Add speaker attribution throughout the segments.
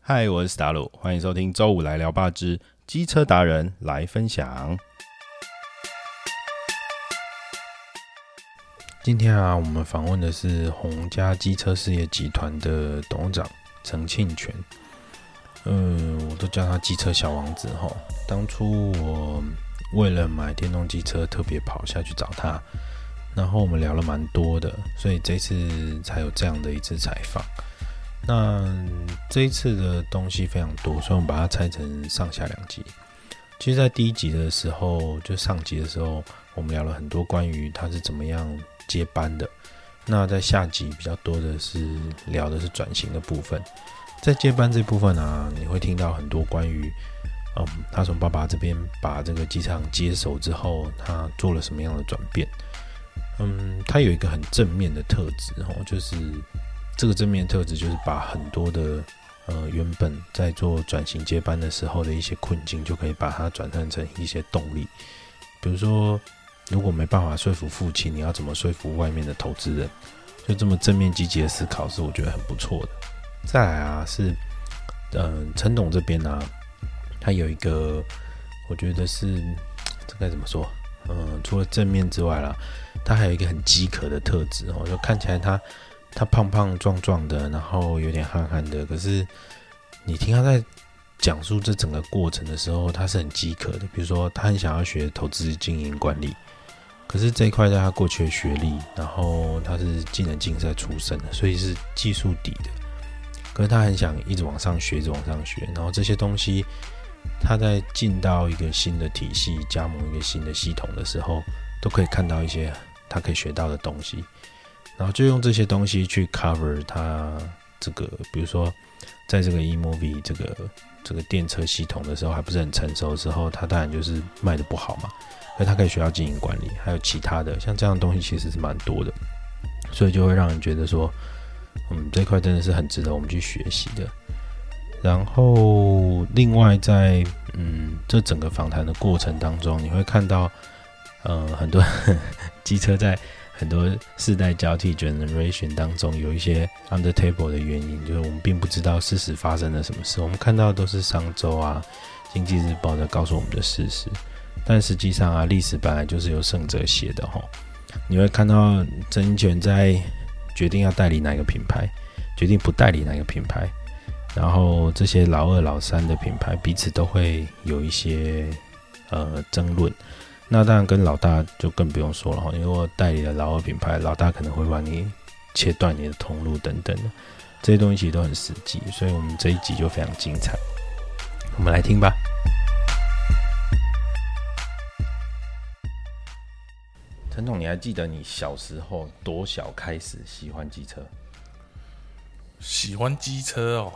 Speaker 1: 嗨，我是达鲁，欢迎收听周五来聊吧之机车达人来分享。
Speaker 2: 今天啊，我们访问的是洪家机车事业集团的董事长陈庆全。嗯、我都叫他机车小王子哈。当初我为了买电动机车，特别跑下去找他，然后我们聊了蛮多的，所以这次才有这样的一次采访。那这一次的东西非常多，所以我们把它拆成上下两集。其实，在第一集的时候，就上集的时候，我们聊了很多关于他是怎么样接班的。那在下集比较多的是聊的是转型的部分，在接班这部分啊，你会听到很多关于，嗯，他从爸爸这边把这个机场接手之后，他做了什么样的转变？嗯，他有一个很正面的特质哦，就是这个正面特质就是把很多的呃原本在做转型接班的时候的一些困境，就可以把它转换成一些动力，比如说如果没办法说服父亲，你要怎么说服外面的投资人？就这么正面积极的思考是我觉得很不错的。再来啊，是嗯、呃陈董这边呢、啊，他有一个我觉得是这该怎么说？嗯、除了正面之外啦，他还有一个很饥渴的特质哦，就看起来他他胖胖壮壮的，然后有点憨憨的，可是你听他在讲述这整个过程的时候，他是很饥渴的。比如说，他很想要学投资经营管理，可是这一块在他过去的学历，然后他是技能竞赛出身的，所以是技术底的。可是他很想一直往上学，一直往上学，然后这些东西，他在进到一个新的体系、加盟一个新的系统的时候，都可以看到一些他可以学到的东西，然后就用这些东西去 cover 他这个，比如说在这个 eMovie 这个这个电车系统的时候还不是很成熟的时候，他当然就是卖的不好嘛，所以他可以学到经营管理，还有其他的像这样的东西其实是蛮多的，所以就会让人觉得说，嗯，这块真的是很值得我们去学习的。然后，另外在嗯这整个访谈的过程当中，你会看到，呃，很多 机车在很多世代交替 generation 当中有一些 under table 的原因，就是我们并不知道事实发生了什么事，我们看到的都是上周啊《经济日报》在告诉我们的事实，但实际上啊，历史本来就是由胜者写的吼。你会看到曾荫权在决定要代理哪个品牌，决定不代理哪个品牌，然后这些老二、老三的品牌彼此都会有一些呃争论。那当然跟老大就更不用说了哈，因为我代理了老二品牌，老大可能会把你切断你的通路等等的，这些东西其实都很实际，所以我们这一集就非常精彩，我们来听吧。
Speaker 1: 陈总，你还记得你小时候多小开始喜欢机车？
Speaker 3: 喜欢机车哦，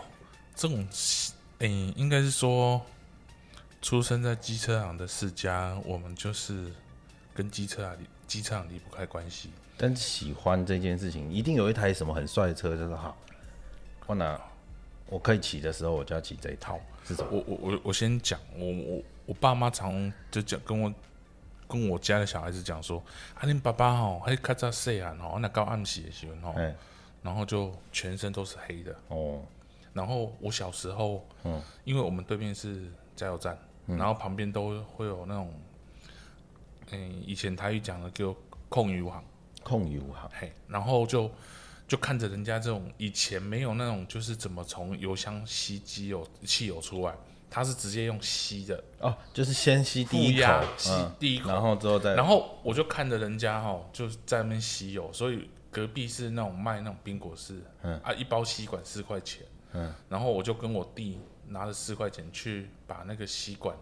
Speaker 3: 这种喜，诶、应该是说，出生在机车行的世家，我们就是跟机车行离机车行离不开关系。
Speaker 1: 但是喜欢这件事情，一定有一台什么很帅的车，就是好，我拿我可以骑的时候，我就要骑这一套，是什么？
Speaker 3: 我我我我先讲，我我我爸妈常就讲跟我跟我家的小孩子讲说，啊，恁爸爸吼、哦，还较早细汉吼，那到暗时的时候吼、
Speaker 1: 哎
Speaker 3: 然后就全身都是黑的，
Speaker 1: 哦，
Speaker 3: 然后我小时候，
Speaker 1: 嗯
Speaker 3: 嗯，因为我们对面是加油站，然后旁边都会有那种，嗯、以前台语讲的叫控油行，
Speaker 1: 控油哈，
Speaker 3: 嘿，然后就就看着人家这种以前没有那种就是怎么从油箱吸机油汽油出来，它是直接用吸的，
Speaker 1: 哦，就是先吸第
Speaker 3: 负
Speaker 1: 一
Speaker 3: 压
Speaker 1: 口，
Speaker 2: 嗯
Speaker 3: 吸第一口
Speaker 1: 然后之后再，
Speaker 3: 然后我就看着人家哈、就是在那边吸油，所以隔壁是那种卖那种冰果式，嗯啊，一包吸管四块钱，嗯，然后我就跟我弟拿着四块钱去把那个吸管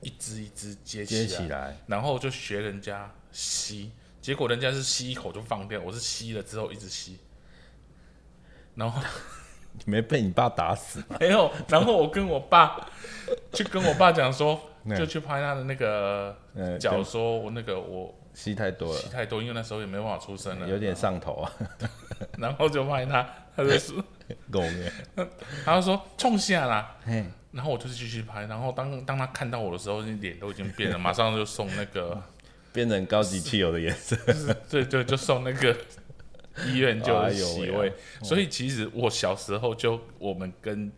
Speaker 3: 一支一支接
Speaker 1: 接
Speaker 3: 起
Speaker 1: 起
Speaker 3: 来，
Speaker 1: 来，
Speaker 3: 然后就学人家吸，结果人家是吸一口就放掉，我是吸了之后一直吸，然后
Speaker 1: 你没被你爸打死，
Speaker 3: 没有，然后我跟我爸去跟我爸讲说，
Speaker 1: 嗯
Speaker 3: 就去拍他的 那呃个
Speaker 1: 嗯
Speaker 3: 脚，
Speaker 1: 对
Speaker 3: 说我那个我。
Speaker 1: 吸太多
Speaker 3: 吸
Speaker 1: 了，
Speaker 3: 太多，因为那时候也没办法出声了，
Speaker 1: 有点上头 啊，
Speaker 3: 然后就骂他，他就 说，
Speaker 1: 狗面，
Speaker 3: 他就说冲下啦，
Speaker 1: 嘿，
Speaker 3: 然后我就是继续拍，然后当当他看到我的时候，脸都已经变了，马上就送那个，
Speaker 1: 变成高级汽油的颜色，
Speaker 3: 对对，就送那个医院就
Speaker 1: 哎呦
Speaker 3: 洗
Speaker 1: 喂啊
Speaker 3: 胃。所以其实我小时候就我们跟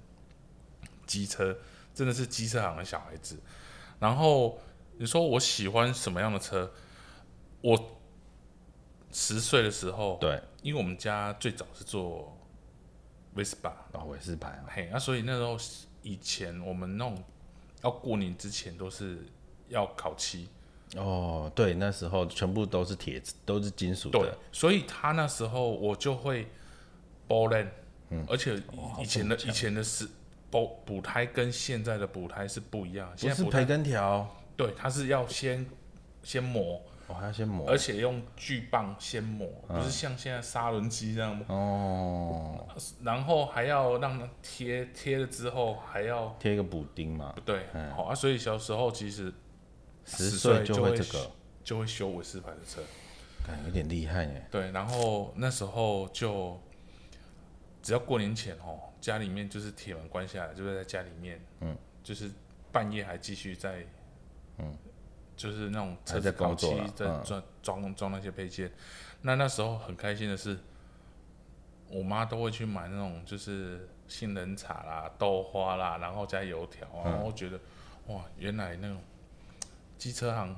Speaker 3: 机车，真的是机车行的小孩子。然后你说我喜欢什么样的车？我十岁的时候，
Speaker 2: 对，
Speaker 3: 因为我们家最早是做 Vespa，
Speaker 2: 然后哦我也是啊牌，
Speaker 3: 嘿，那、所以那时候以前我们那种要过年之前都是要烤漆，
Speaker 2: 哦，对，那时候全部都是铁子，都是金属
Speaker 3: 对
Speaker 2: 的，，
Speaker 3: 所以他那时候我就会 b o l a n
Speaker 2: 嗯
Speaker 3: 而且以以前的以前的是补补胎跟现在的补胎是不一样，
Speaker 2: 不
Speaker 3: 现在
Speaker 2: 是
Speaker 3: 补
Speaker 2: 培
Speaker 3: 胎
Speaker 2: 根条，
Speaker 3: 对它是要先先磨，
Speaker 2: 我还要先磨
Speaker 3: 而，且用锯棒先磨，不是像现在砂轮机这样磨，
Speaker 2: 哦，
Speaker 3: 然后还要让它贴贴了之后还要
Speaker 2: 贴一个补丁嘛
Speaker 3: 不，对，好啊，所以小时候其实
Speaker 2: 十
Speaker 3: 岁
Speaker 2: 岁就
Speaker 3: 会
Speaker 2: 会这个，
Speaker 3: 就会修韦斯牌的车，
Speaker 2: 感有点厉害耶，
Speaker 3: 对，然后那时候就只要过年前哦，家里面就是铁门关下来，就是在家里面，嗯，就是半夜还继续在，嗯，就是那种车
Speaker 2: 还
Speaker 3: 子
Speaker 2: 在
Speaker 3: 烤
Speaker 2: 工作
Speaker 3: 漆
Speaker 2: 啦，
Speaker 3: 在
Speaker 2: 嗯
Speaker 3: 装装装那些配件。那那时候很开心的是，我妈都会去买那种就是杏仁茶啦、豆花啦，然后加油条
Speaker 2: 嗯
Speaker 3: 啊，然后我觉得哇，原来那种机车行。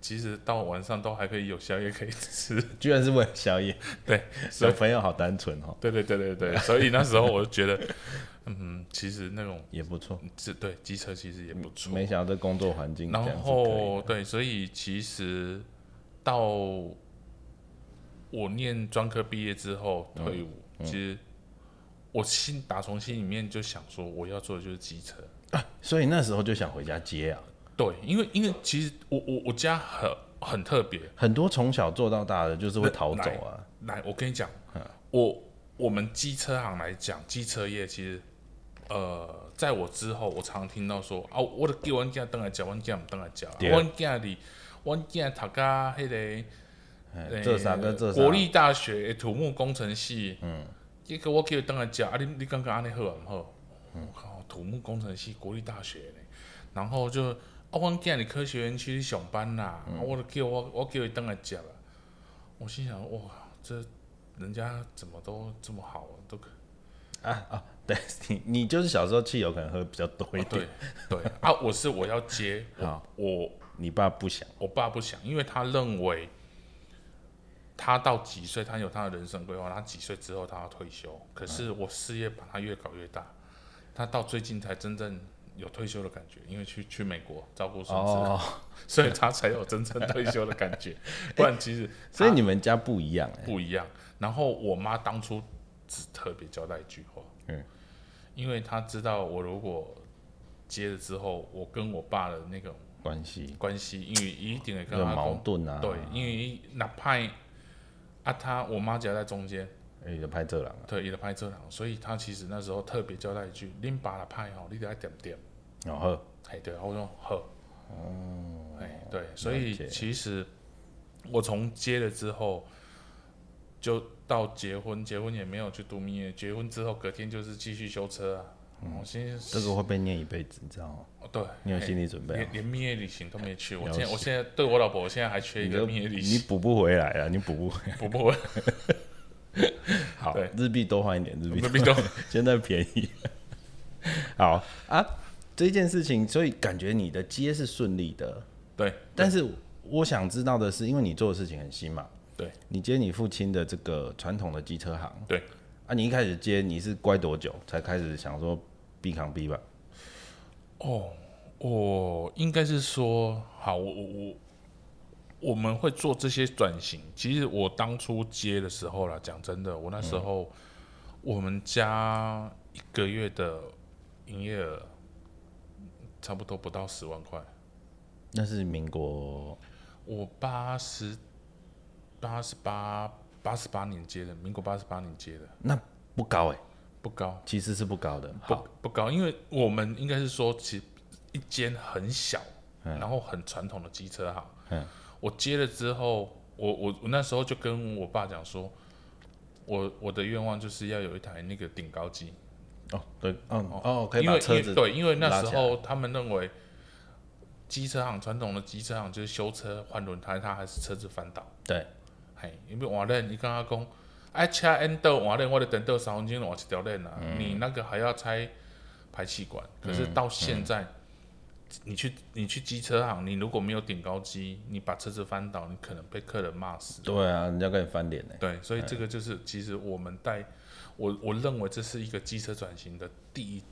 Speaker 3: 其实到晚上都还可以有宵夜可以吃，
Speaker 2: 居然是为了宵夜，
Speaker 3: 对，
Speaker 2: 小
Speaker 3: 所以
Speaker 2: 朋友好单纯哦，
Speaker 3: 对对对对 对，所以那时候我就觉得，嗯，其实那种
Speaker 2: 也不错，
Speaker 3: 这对机车其实也不错。
Speaker 2: 没想到这工作环嗯境这
Speaker 3: 然
Speaker 2: 样是可以
Speaker 3: 后对，所以其实到我念专科毕业之后退伍，
Speaker 2: 嗯
Speaker 3: 其实我心打从心里面就想说，我要做的就是机车。
Speaker 2: 的，所以那时候就想回家接啊，
Speaker 3: 对，因为因为其实我我我家很很特别，
Speaker 2: 很多从小做到大的就是会逃走啊，
Speaker 3: 来，我跟你讲，我我们机车行来讲，机车业其实，呃，在我之后，我常听到说啊，我的叫阮囝登来教，阮囝唔登来教，
Speaker 2: 对
Speaker 3: 阮囝哩，阮囝读家迄个
Speaker 2: 哎
Speaker 3: 呃
Speaker 2: 这啥跟这啥，
Speaker 3: 国立大学欸的土木工程系，嗯，结果我叫伊登来教，啊，你你感觉安尼好啊唔好？
Speaker 2: 嗯
Speaker 3: 我靠，土木工程系国立大学呢，然后就啊，阮囝哩科学园区上班啦，
Speaker 2: 嗯
Speaker 3: 啊，我就叫我我叫伊登来接啦。我心想，哇，这人家怎么都这么好、啊，都可
Speaker 2: 啊啊，对 你你就是小时候汽油可能喝比较多一
Speaker 3: 以。
Speaker 2: 点
Speaker 3: 哦对，对啊，我是我要接，我
Speaker 2: 好
Speaker 3: 我
Speaker 2: 你爸不想，
Speaker 3: 我爸不想，因为他认为他到几岁，他有他的人生规划，他几岁之后他要退休。可是我事业把他越搞越大，他到最近才真正有退休的感觉，因为去去美国照顾孙子，
Speaker 2: 哦，
Speaker 3: 所以他才有真正退休的感 觉。不然其实
Speaker 2: 所以你们家不一样哎、
Speaker 3: 不一样。然后我妈当初只特别交代一句话，
Speaker 2: 嗯，
Speaker 3: 因为她知道我如果接了之后，我跟我爸的那种
Speaker 2: 关系
Speaker 3: 关系，因为一定会跟
Speaker 2: 有
Speaker 3: 他
Speaker 2: 矛盾啊，
Speaker 3: 对，因为哪怕啊他我妈夹在中间，
Speaker 2: 哎，就拍这了
Speaker 3: 对，伊的拍车郎，所以他其实那时候特别交代一句，恁爸的派吼，你得要点点，
Speaker 2: 然后
Speaker 3: 哎对，然后我说好，哦，哎对，所以
Speaker 2: 了解
Speaker 3: 其实我从接了之后，就到结婚，结婚也没有去度蜜月，结婚之后隔天就是继续修车啊，我先
Speaker 2: 嗯这个会被念一辈子，你知道吗？
Speaker 3: 哦对，
Speaker 2: 你有
Speaker 3: 嘿
Speaker 2: 心理准备
Speaker 3: 连
Speaker 2: 啊？
Speaker 3: 连蜜月旅行都没去，我
Speaker 2: 了
Speaker 3: 现在我
Speaker 2: 解
Speaker 3: 现在对我老婆，我现在还缺一
Speaker 2: 你
Speaker 3: 个
Speaker 2: 都
Speaker 3: 蜜月旅
Speaker 2: 你
Speaker 3: 行，
Speaker 2: 补不回来了，你补不回来。
Speaker 3: 不不会，
Speaker 2: 好
Speaker 3: 对，
Speaker 2: 日币多换一点，日币
Speaker 3: 不
Speaker 2: 多
Speaker 3: 必动。
Speaker 2: 现在便宜。 好啊，这件事情，所以感觉你的接是顺利的，
Speaker 3: 对，
Speaker 2: 但是我想知道的是，因为你做的事情很新嘛，
Speaker 3: 对，
Speaker 2: 你接你父亲的这个传统的机车行，
Speaker 3: 对，
Speaker 2: 啊，你一开始接你是乖多久才开始想说必扛必吧？
Speaker 3: 哦，我应该是说，好，我我我我们会做这些转型。其实我当初接的时候啦，讲真的，我那时候、我们家一个月的营业额差不多不到十万块，
Speaker 2: 那是民国
Speaker 3: 我八十八十八八十八年接的，民国八十八年接的，
Speaker 2: 那不高哎、
Speaker 3: 不高。
Speaker 2: 其实是不高的。
Speaker 3: 不
Speaker 2: 好，
Speaker 3: 不高，因为我们应该是说，其实一间很小，然后很传统的机车行。
Speaker 2: 嗯
Speaker 3: 我接了之后，我我我那时候就跟我爸讲说，我我的愿望就是要有一台那个顶高机，
Speaker 2: 哦，对，嗯，哦，可以
Speaker 3: 因
Speaker 2: 把
Speaker 3: 为
Speaker 2: 车
Speaker 3: 因
Speaker 2: 子
Speaker 3: 为对，因为那
Speaker 2: 拉
Speaker 3: 时
Speaker 2: 起来
Speaker 3: 候他们认为机车行传统的机车行就是修车换轮胎，它还是车子翻倒。
Speaker 2: 对，
Speaker 3: 嘿，因为换链，你跟他讲，
Speaker 2: 嗯
Speaker 3: 哎，车 N 到换链，我得等到三分钟换一条链啊，你那个还要拆排气管，可是到现在，
Speaker 2: 嗯
Speaker 3: 你去你去机车行，你如果没有点高机，你把车子翻倒，你可能被客人骂死。
Speaker 2: 对啊，人家跟你翻脸呢、
Speaker 3: 对，所以这个就是其实我们带我我认为这是一个机车转型的第一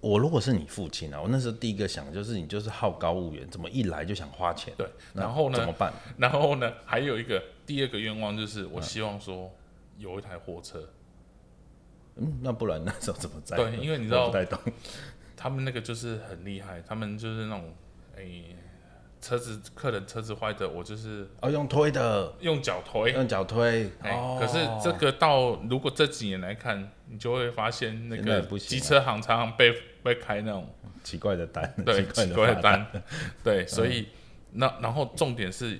Speaker 2: 我如果是你父亲啊，我那时候第一个想就是你就是好高骛远，怎么一来就想花钱？
Speaker 3: 对，
Speaker 2: 那
Speaker 3: 然后
Speaker 2: 怎么
Speaker 3: 呢，
Speaker 2: 办？
Speaker 3: 然后呢，还有一个第二个愿望就是我希望说有一台货车，
Speaker 2: 嗯，那不然那时候怎么在？
Speaker 3: 对因为你知道
Speaker 2: 我不太懂。
Speaker 3: 他们那个就是很厉害，他们就是那种诶、车子客人车子坏的，我就是
Speaker 2: 哦，用推的，
Speaker 3: 用脚推，
Speaker 2: 用脚推。
Speaker 3: 哎、
Speaker 2: 哦，
Speaker 3: 可是这个到如果这几年来看，你就会发现那
Speaker 2: 现在也
Speaker 3: 个
Speaker 2: 不行
Speaker 3: 机
Speaker 2: 啊
Speaker 3: 车行常常被被开那种
Speaker 2: 奇怪的单，
Speaker 3: 对
Speaker 2: 奇
Speaker 3: 奇
Speaker 2: 怪嗯
Speaker 3: 怪
Speaker 2: 的
Speaker 3: 的
Speaker 2: 罚
Speaker 3: 单，对，所以那然后重点是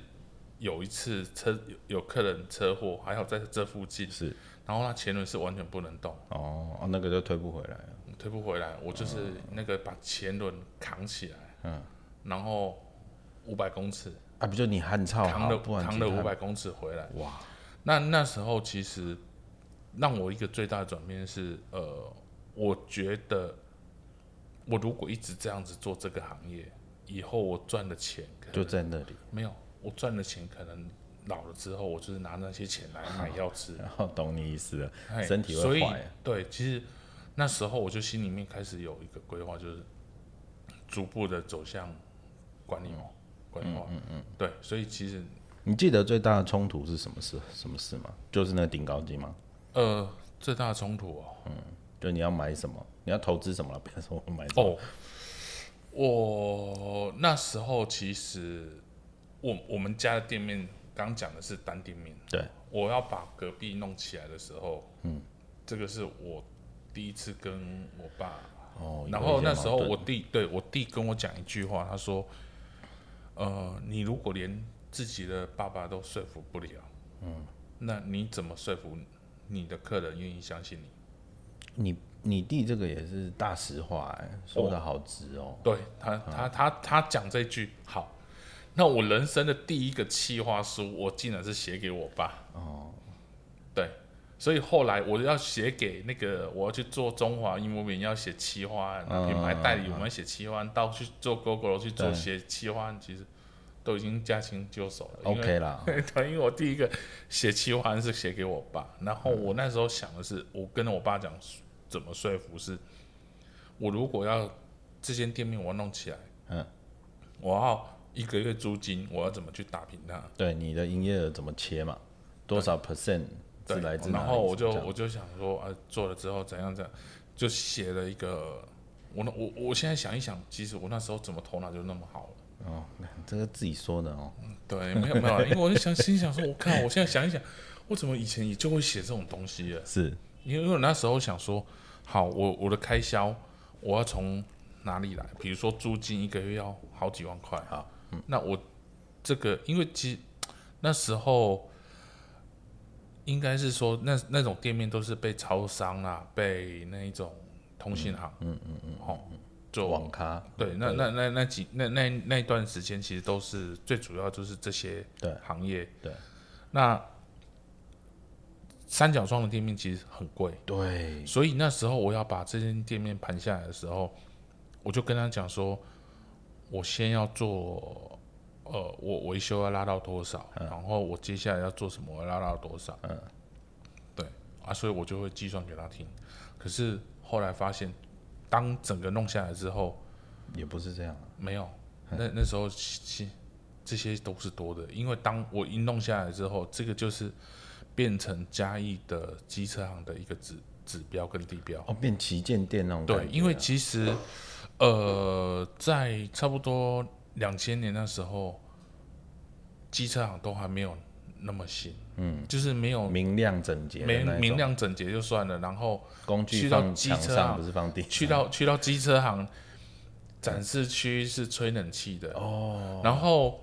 Speaker 3: 有一次车有客人车祸，还好在这附近，
Speaker 2: 是
Speaker 3: 然后他前轮是完全不能动，
Speaker 2: 哦哦，那个就推不回来了。
Speaker 3: 推不回来，我就是
Speaker 2: 嗯
Speaker 3: 那个把前轮扛起来，嗯，然后五百公尺
Speaker 2: 啊，不就你汉操
Speaker 3: 扛
Speaker 2: 好，
Speaker 3: 了
Speaker 2: 不然
Speaker 3: 扛
Speaker 2: 其
Speaker 3: 了
Speaker 2: 他
Speaker 3: 五百公尺回来，
Speaker 2: 哇，
Speaker 3: 那那时候其实让我一个最大的转变是，呃，我觉得我如果一直这样子做这个行业，以后我赚的钱可能
Speaker 2: 就在那里。
Speaker 3: 没有，我赚的钱可能老了之后，我就是拿那些钱来买药吃，
Speaker 2: 然后懂你意思了，
Speaker 3: 嘿
Speaker 2: 身体
Speaker 3: 所
Speaker 2: 会
Speaker 3: 以
Speaker 2: 坏。
Speaker 3: 对，其实那时候我就心里面开始有一个规划，就是逐步的走向管理化，管理化，嗯嗯，对，所以其实
Speaker 2: 你记得最大的冲突是什么事？什么事吗？就是那个顶高机吗？
Speaker 3: 呃，最大的冲突哦，
Speaker 2: 就你要买什么？你要投资什么了？别说我买什么。
Speaker 3: 哦，我那时候其实我我们家的店面刚讲的是单店面，
Speaker 2: 对，
Speaker 3: 我要把隔壁弄起来的时候，嗯，这个是我第一次跟我爸，
Speaker 2: 哦，
Speaker 3: 然
Speaker 2: 有
Speaker 3: 后
Speaker 2: 一些
Speaker 3: 那时
Speaker 2: 矛
Speaker 3: 候
Speaker 2: 盾
Speaker 3: 我弟对我弟跟我讲一句话，他说，呃，你如果连自己的爸爸都说服不了，嗯，那你怎么说服你的客人愿意相信你？
Speaker 2: 你你弟这个也是大实话、欸，说的好直哦、
Speaker 3: 对他，他他他讲这句好，那我人生的第一个企划书，我竟然是写给我爸。哦，对，所以后来我要写给那个，我要去做中华英文名，要写企划案，
Speaker 2: 嗯
Speaker 3: 品牌代理我们要写企划案，到去做 GoGo 去做
Speaker 2: 对
Speaker 3: 写企划案，其实都已经驾轻就熟了。因为
Speaker 2: OK 啦，
Speaker 3: 对，因为我第一个写企划案是写给我爸，然后
Speaker 2: 嗯
Speaker 3: 我那时候想的是，我跟我爸讲怎么说服是，我如果要这间店面我要弄起来，
Speaker 2: 嗯，
Speaker 3: 我要一个月租金，我要怎么去打平它？
Speaker 2: 对你的营业额怎么切嘛？多少 percent
Speaker 3: 对
Speaker 2: 是来自哪里？
Speaker 3: 然后我就
Speaker 2: 这样
Speaker 3: 我就想说，啊，做了之后怎样怎样，就写了一个，我那我我现在想一想，其实我那时候怎么头脑就那么好了。
Speaker 2: 哦，这个自己说的哦、
Speaker 3: 对，没有没有，因为我就想心想说，我看我现在想一想，我怎么以前也就会写这种东西了。啊
Speaker 2: 是
Speaker 3: 因为因为我那时候想说，好，我我的开销我要从哪里来？比如说租金一个月要好几万块，
Speaker 2: 好，
Speaker 3: 那我这个因为其实那时候应该是说那那种店面都是被超商啊，被那一种通信行，嗯嗯嗯，哦，做
Speaker 2: 网咖，
Speaker 3: 对，那那那那几那那那一段时间，其实都是最主要就是这些
Speaker 2: 对
Speaker 3: 行业。
Speaker 2: 对，
Speaker 3: 那三角窗的店面其实很贵，
Speaker 2: 对，
Speaker 3: 所以那时候我要把这间店面盘下来的时候，我就跟他讲说，我先要做，呃，我维修要拉到多少，然后我接下来要做什么，我要拉到多少，嗯，对啊，所以我就会计算给他听。可是后来发现，当整个弄下来之后，
Speaker 2: 也不是这样啊、
Speaker 3: 没有，那那时候其其这些都是多的，因为当我一弄下来之后，这个就是变成嘉义的机车行的一个指指标跟地标。
Speaker 2: 哦，变旗舰店那种感觉啊、
Speaker 3: 对，因为其实呃，在差不多两千年那时候，机车行都还没有那么新，嗯，就是没有
Speaker 2: 明亮整洁的那
Speaker 3: 没
Speaker 2: 一种，
Speaker 3: 明亮整洁就算了，然后
Speaker 2: 工具
Speaker 3: 去到
Speaker 2: 放
Speaker 3: 机
Speaker 2: 墙
Speaker 3: 车
Speaker 2: 上
Speaker 3: 啊
Speaker 2: 不是放地
Speaker 3: 去到去到机车行展示区是吹冷气的哦，然后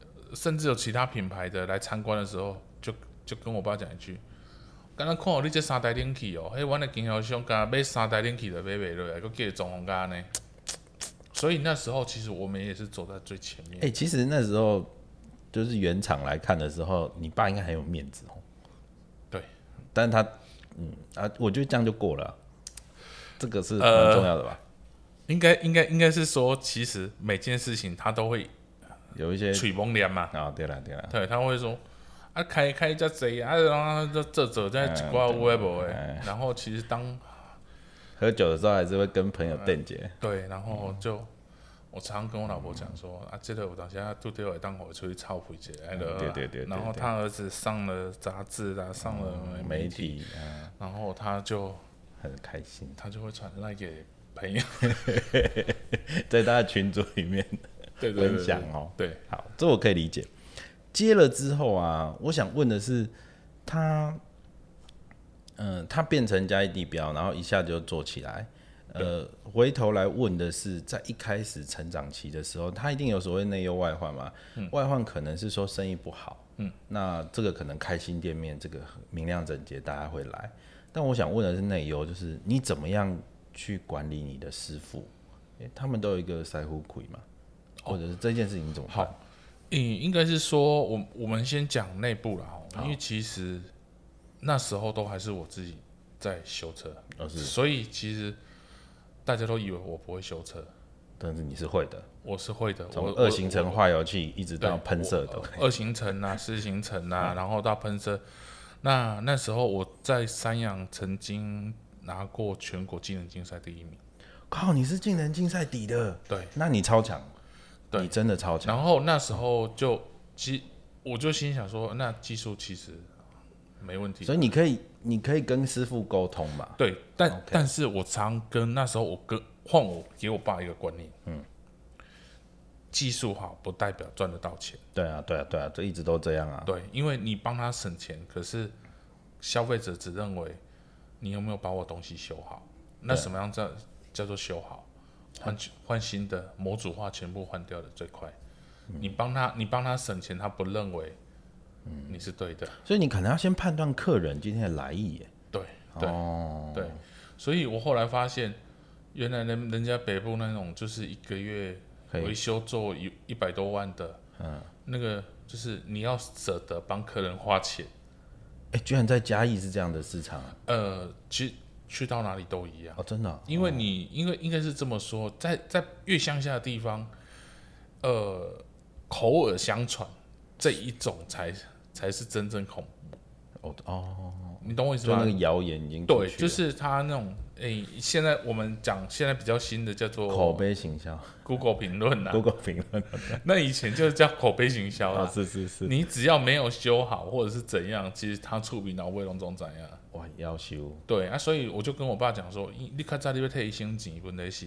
Speaker 3: 呃甚至有其他品牌的来参观的时候，就就跟我爸讲一句。刚刚看到你这三台冷气哦，嘿，我的经销商敢买三台冷气都买袂落来，佮叫装潢家呢。所以那时候其实我们也是走在最前面
Speaker 2: 哎、。其实那时候就是原厂来看的时候，你爸应该很有面子哦。
Speaker 3: 对，
Speaker 2: 但是他，嗯啊，我觉得这样就过了啊、这个是
Speaker 3: 呃
Speaker 2: 蛮重要的吧？
Speaker 3: 应该应该应该是说，其实每件事情他都会
Speaker 2: 有一些
Speaker 3: 吹蒙脸嘛，
Speaker 2: 啊，对了对了，
Speaker 3: 对，他会说啊开开遮贼啊，然后这这这在一挂微博
Speaker 2: 哎
Speaker 3: 诶，然后其实当
Speaker 2: 喝酒的时候还是会跟朋友
Speaker 3: 呃
Speaker 2: 辩解，
Speaker 3: 对，然后就、
Speaker 2: 嗯
Speaker 3: 我常跟我老婆讲说、啊，这个我当下都对我当我出去操回去，哎了，
Speaker 2: 嗯对对对对嗯
Speaker 3: 然后他儿子上了杂志啊，上了媒
Speaker 2: 媒体啊
Speaker 3: 然后他就
Speaker 2: 很开心，
Speaker 3: 他就会传赖给 朋友，
Speaker 2: 在大家群组里面
Speaker 3: 对对对
Speaker 2: 分享哦。
Speaker 3: 对，
Speaker 2: 好，这我可以理解。接了之后啊，我想问的是，他，嗯、他变成嘉义地标，然后一下就做起来。呃，回头来问的是，在一开始成长期的时候，他一定有所谓内忧外患嘛？外患可能是说生意不好，嗯，那这个可能开新店面，这个明亮整洁大家会来。但我想问的是内忧，就是你怎么样去管理你的师傅？诶他们都有一个塞乎鬼嘛，或者是这件事情怎么办？
Speaker 3: 好，嗯，应该是说我我们先讲内部啦，哦因为其实那时候都还是我自己在修车，
Speaker 2: 而哦是
Speaker 3: 所以其实大家都以为我不会修车，
Speaker 2: 但是你是会的，
Speaker 3: 我是会的，我
Speaker 2: 从
Speaker 3: 我
Speaker 2: 二行程化油器一直
Speaker 3: 对
Speaker 2: 到喷射嗯都
Speaker 3: 我
Speaker 2: 可以。
Speaker 3: 二行程啊、四行程啊，然后到喷射。那那时候我在三阳曾经拿过全国技能竞赛第一名，
Speaker 2: 靠，你是技能竞赛底的，
Speaker 3: 对。
Speaker 2: 那你超强，
Speaker 3: 对
Speaker 2: 你真的超强。
Speaker 3: 然后那时候就其我就心想说，那技术其实没问题
Speaker 2: 所。以你可以，你可以跟师傅沟通嘛。
Speaker 3: 对，但
Speaker 2: OK
Speaker 3: 但是我常跟那时候我跟换我给我爸一个观念，嗯，技术好不代表赚得到钱，
Speaker 2: 对啊，对啊，对啊，这一直都这样啊。
Speaker 3: 对，因为你帮他省钱，可是消费者只认为你有没有把我东西修好，那什么样叫叫做修好？换换新的模组化全部换掉的最快，
Speaker 2: 嗯
Speaker 3: 你帮他你帮他省钱，他不认为
Speaker 2: 嗯
Speaker 3: 你是对的，
Speaker 2: 所以你可能要先判断客人今天的来意耶。
Speaker 3: 对对、
Speaker 2: 哦，
Speaker 3: 对，所以我后来发现，原来人人家北部那种就是一个月
Speaker 2: 可以
Speaker 3: 维修做一一百多万的，嗯，那个就是你要舍得帮客人花钱，
Speaker 2: 哎，居然在嘉义是这样的市场啊
Speaker 3: 呃，其实去到哪里都一样，
Speaker 2: 哦，真的啊。
Speaker 3: 因为你因为应该是这么说，在在越乡下的地方，呃，口耳相传这一种才才是真正恐怖，
Speaker 2: 哦哦，
Speaker 3: 你懂我意思
Speaker 2: 就那
Speaker 3: 吗
Speaker 2: 个？谣言已经出
Speaker 3: 对，
Speaker 2: 去
Speaker 3: 就
Speaker 2: 了
Speaker 3: 是他那种，诶、现在我们讲现在比较新的叫做
Speaker 2: 口碑形象
Speaker 3: Google 评论啊，
Speaker 2: ，Google 评论
Speaker 3: 那以前就是叫口碑行销
Speaker 2: 啊，
Speaker 3: 啊。
Speaker 2: 是是是，
Speaker 3: 你只要没有修好或者是怎样，其实他触屏脑卫龙总怎样？
Speaker 2: 哇，要修，
Speaker 3: 对啊，所以我就跟我爸讲说，你你较早你要退一星钱，问题是，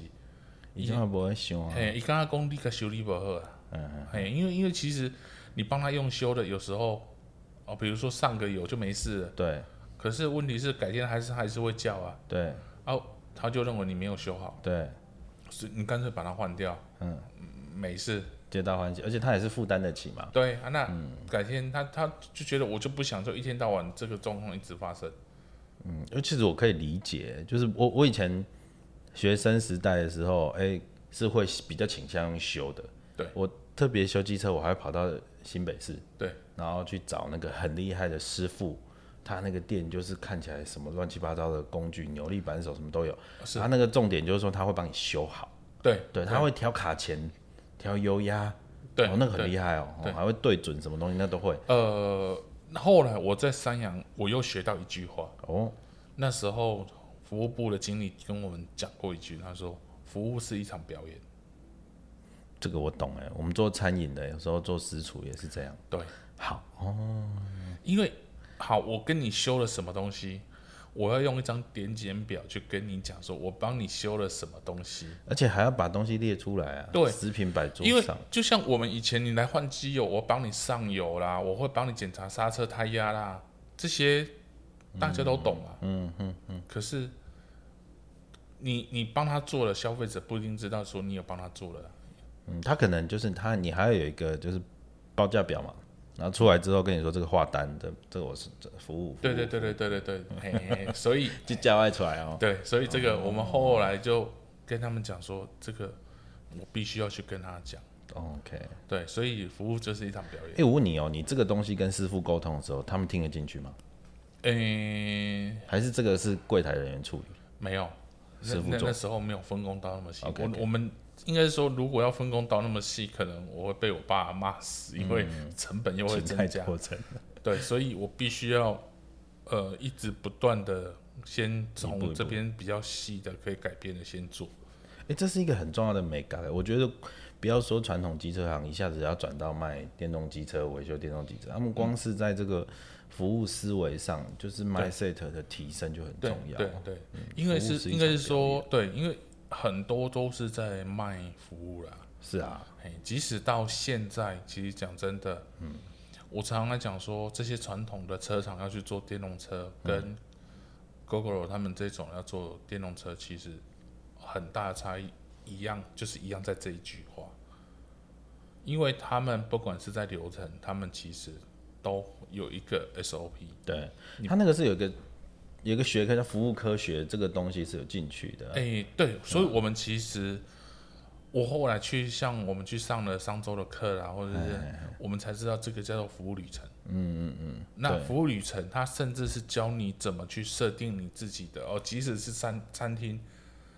Speaker 2: 以前不会想啊，
Speaker 3: 嘿，伊刚刚讲你个修理不好啊，嗯，嘿，因为因为其实你帮他用修的，有时候哦，比如说上个油就没事了，
Speaker 2: 对
Speaker 3: 可是问题是改天还是还是会叫啊，
Speaker 2: 对
Speaker 3: 啊，他就认为你没有修好，
Speaker 2: 对，
Speaker 3: 是你干脆把它换掉，嗯，没事，
Speaker 2: 皆大欢喜，而且他也是负担得起嘛。
Speaker 3: 对啊，那改天他他就觉得我就不想就一天到晚这个状况一直发生，
Speaker 2: 嗯，尤其是我可以理解，就是我我以前学生时代的时候，哎、是会比较倾向于修的。
Speaker 3: 对
Speaker 2: 我特别修机车，我还会跑到新北市，
Speaker 3: 对，
Speaker 2: 然后去找那个很厉害的师傅，他那个店就是看起来什么乱七八糟的工具、扭力扳手什么都有。
Speaker 3: 哦是
Speaker 2: 他那个重点就是说他会帮你修好，
Speaker 3: 对
Speaker 2: 对，他会调卡钳、调油压，
Speaker 3: 对
Speaker 2: 哦，那个
Speaker 3: 对
Speaker 2: 很厉害哦，哦
Speaker 3: 对
Speaker 2: 还会对准什么东西，那都会
Speaker 3: 呃，后来我在三阳，我又学到一句话。
Speaker 2: 哦。
Speaker 3: 那时候服务部的经理跟我们讲过一句，他说：“服务是一场表演。
Speaker 2: 这个我懂哎，我们做餐饮的，有时候做私厨也是这样。”
Speaker 3: 对，
Speaker 2: 好，
Speaker 3: 因为好，我跟你修了什么东西，我要用一张点检表去跟你讲，说我帮你修了什么东西。
Speaker 2: 而且还要把东西列出来啊，
Speaker 3: 对
Speaker 2: 食品摆桌
Speaker 3: 因为
Speaker 2: 上，
Speaker 3: 就像我们以前你来换机油，我帮你上油啦，我会帮你检查刹车、胎压啦，这些大家都懂啊。嗯嗯嗯可是你你帮他做了，消费者不一定知道说你有帮他做了。
Speaker 2: 嗯，他可能就是他，你还要有一个就是报价表嘛，然后出来之后跟你说这个画单的，这个我是这服务，
Speaker 3: 对对对对对对对，嘿嘿嘿所以
Speaker 2: 就叫外出来哦，
Speaker 3: 对，所以这个我们后来就跟他们讲说，这个我必须要去跟他讲。
Speaker 2: OK，
Speaker 3: 对，所以服务就是一场表演
Speaker 2: 哎、。我问你哦，你这个东西跟师傅沟通的时候，他们听得进去吗？
Speaker 3: 诶、
Speaker 2: 还是这个是柜台人员处理？
Speaker 3: 没有，那
Speaker 2: 师傅
Speaker 3: 那
Speaker 2: 做
Speaker 3: 那时候没有分工到那么细。
Speaker 2: OK，OK
Speaker 3: 我我们应该是说，如果要分工到那么细，可能我会被我爸骂死，因为成本又会
Speaker 2: 请嗯太
Speaker 3: 增加。
Speaker 2: 多层，
Speaker 3: 对，所以我必须要呃一直不断的先
Speaker 2: 一步一
Speaker 3: 从
Speaker 2: 步
Speaker 3: 这边比较细的可以改变的先做。
Speaker 2: 哎、这是一个很重要的美感。我觉得不要说传统机车行一下子要转到卖电动机车、维修电动机车，他们
Speaker 3: 嗯
Speaker 2: 光是在这个服务思维上，就是 mindset 的提升就很
Speaker 3: 对
Speaker 2: 重要。嗯
Speaker 3: 对对，因为
Speaker 2: 服务
Speaker 3: 是
Speaker 2: 是一
Speaker 3: 应该是
Speaker 2: 场表
Speaker 3: 说对，因为很多都是在卖服务啦。
Speaker 2: 是啊，
Speaker 3: 哎，即使到现在，其实讲真的，嗯，我常常在讲说，这些传统的车厂要去做电动车，跟 GoGo 他们这种要做电动车，其实很大的差异，一样就是一样在这一句话，因为他们不管是在流程，他们其实都有一个 SOP，
Speaker 2: 对，他那个是有一个有一个学科叫服务科学，这个东西是有进去的。嗯
Speaker 3: 哎、对，所以我们其实，我后来去像我们去上了商周的课啦，或者
Speaker 2: 哎
Speaker 3: 是我们才知道这个叫做服务旅程。嗯嗯嗯。那
Speaker 2: 对
Speaker 3: 服务旅程，它甚至是教你怎么去设定你自己的哦，即使是餐餐厅，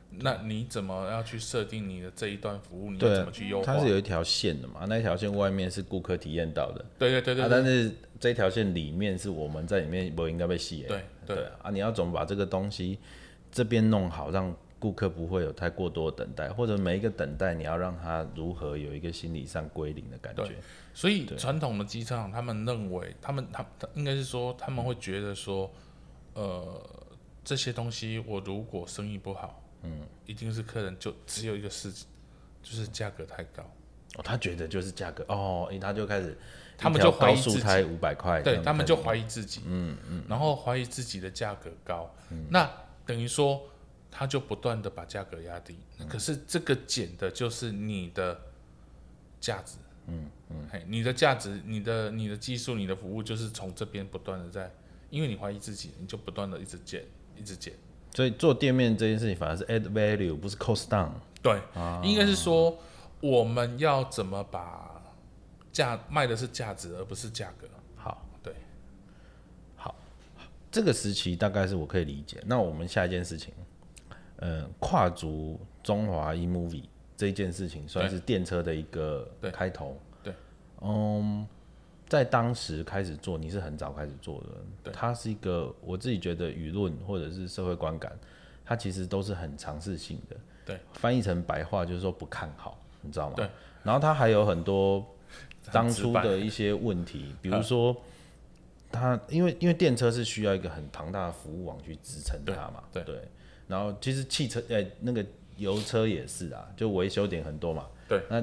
Speaker 3: 那你怎么要去设定你的这一段服务，你要
Speaker 2: 对
Speaker 3: 怎么去优化？
Speaker 2: 它是有一条线的嘛，那一条线外面是顾客体验到的，
Speaker 3: 对对对
Speaker 2: 啊
Speaker 3: 对，对
Speaker 2: 但是这条线里面是我们在里面不应该被吸引。
Speaker 3: 对对
Speaker 2: 啊啊，你要怎么把这个东西这边弄好，让顾客不会有太过多的等待，或者每一个等待你要让他如何有一个心理上归零的感觉
Speaker 3: 对。所以传统的机车行，他们认为，他们他他应该是说，他们会觉得说，呃，这些东西我如果生意不好，嗯，一定是客人就只有一个事情，就是价格太高，
Speaker 2: 哦，他觉得就是价格哦，诶他就开始
Speaker 3: 他们
Speaker 2: 一条
Speaker 3: 就怀疑
Speaker 2: 高速
Speaker 3: 自己
Speaker 2: 胎五百块，这
Speaker 3: 对
Speaker 2: 样
Speaker 3: 他们
Speaker 2: 开
Speaker 3: 就
Speaker 2: 始
Speaker 3: 怀疑自己，嗯嗯，然后怀疑自己的价格高，那等于说他就不断的把价格压低，可是这个减的就是你的价值，嗯嗯，嘿，你的价值、你的你的技术、你的服务，就是从这边不断的在，因为你怀疑自己，你就不断的一直减，一直减，
Speaker 2: 所以做店面这件事情反而是 add value，不是 cost down。
Speaker 3: 对，应该是说我们要怎么把价卖的是价值，而不是价格，
Speaker 2: 好，
Speaker 3: 对，
Speaker 2: 好，这个时期大概是我可以理解。那我们下一件事情，呃，跨足中华 e movie 这一件事情，算是电车的一个
Speaker 3: 对
Speaker 2: 开头。
Speaker 3: 对，
Speaker 2: 嗯，在当时开始做，你是很早开始做的。
Speaker 3: 对
Speaker 2: 它是一个我自己觉得舆论或者是社会观感，它其实都是很尝试性的。
Speaker 3: 对，
Speaker 2: 翻译成白话就是说不看好，你知道吗？
Speaker 3: 对。
Speaker 2: 然后它还有很多当
Speaker 3: 很
Speaker 2: 初
Speaker 3: 直白
Speaker 2: 的一些问题，比如 说它因为因为电车是需要一个很庞大的服务网去支撑它嘛，
Speaker 3: 对
Speaker 2: 然后其实汽车呃、那个油车也是啊，就维修点很多嘛。
Speaker 3: 对。
Speaker 2: 那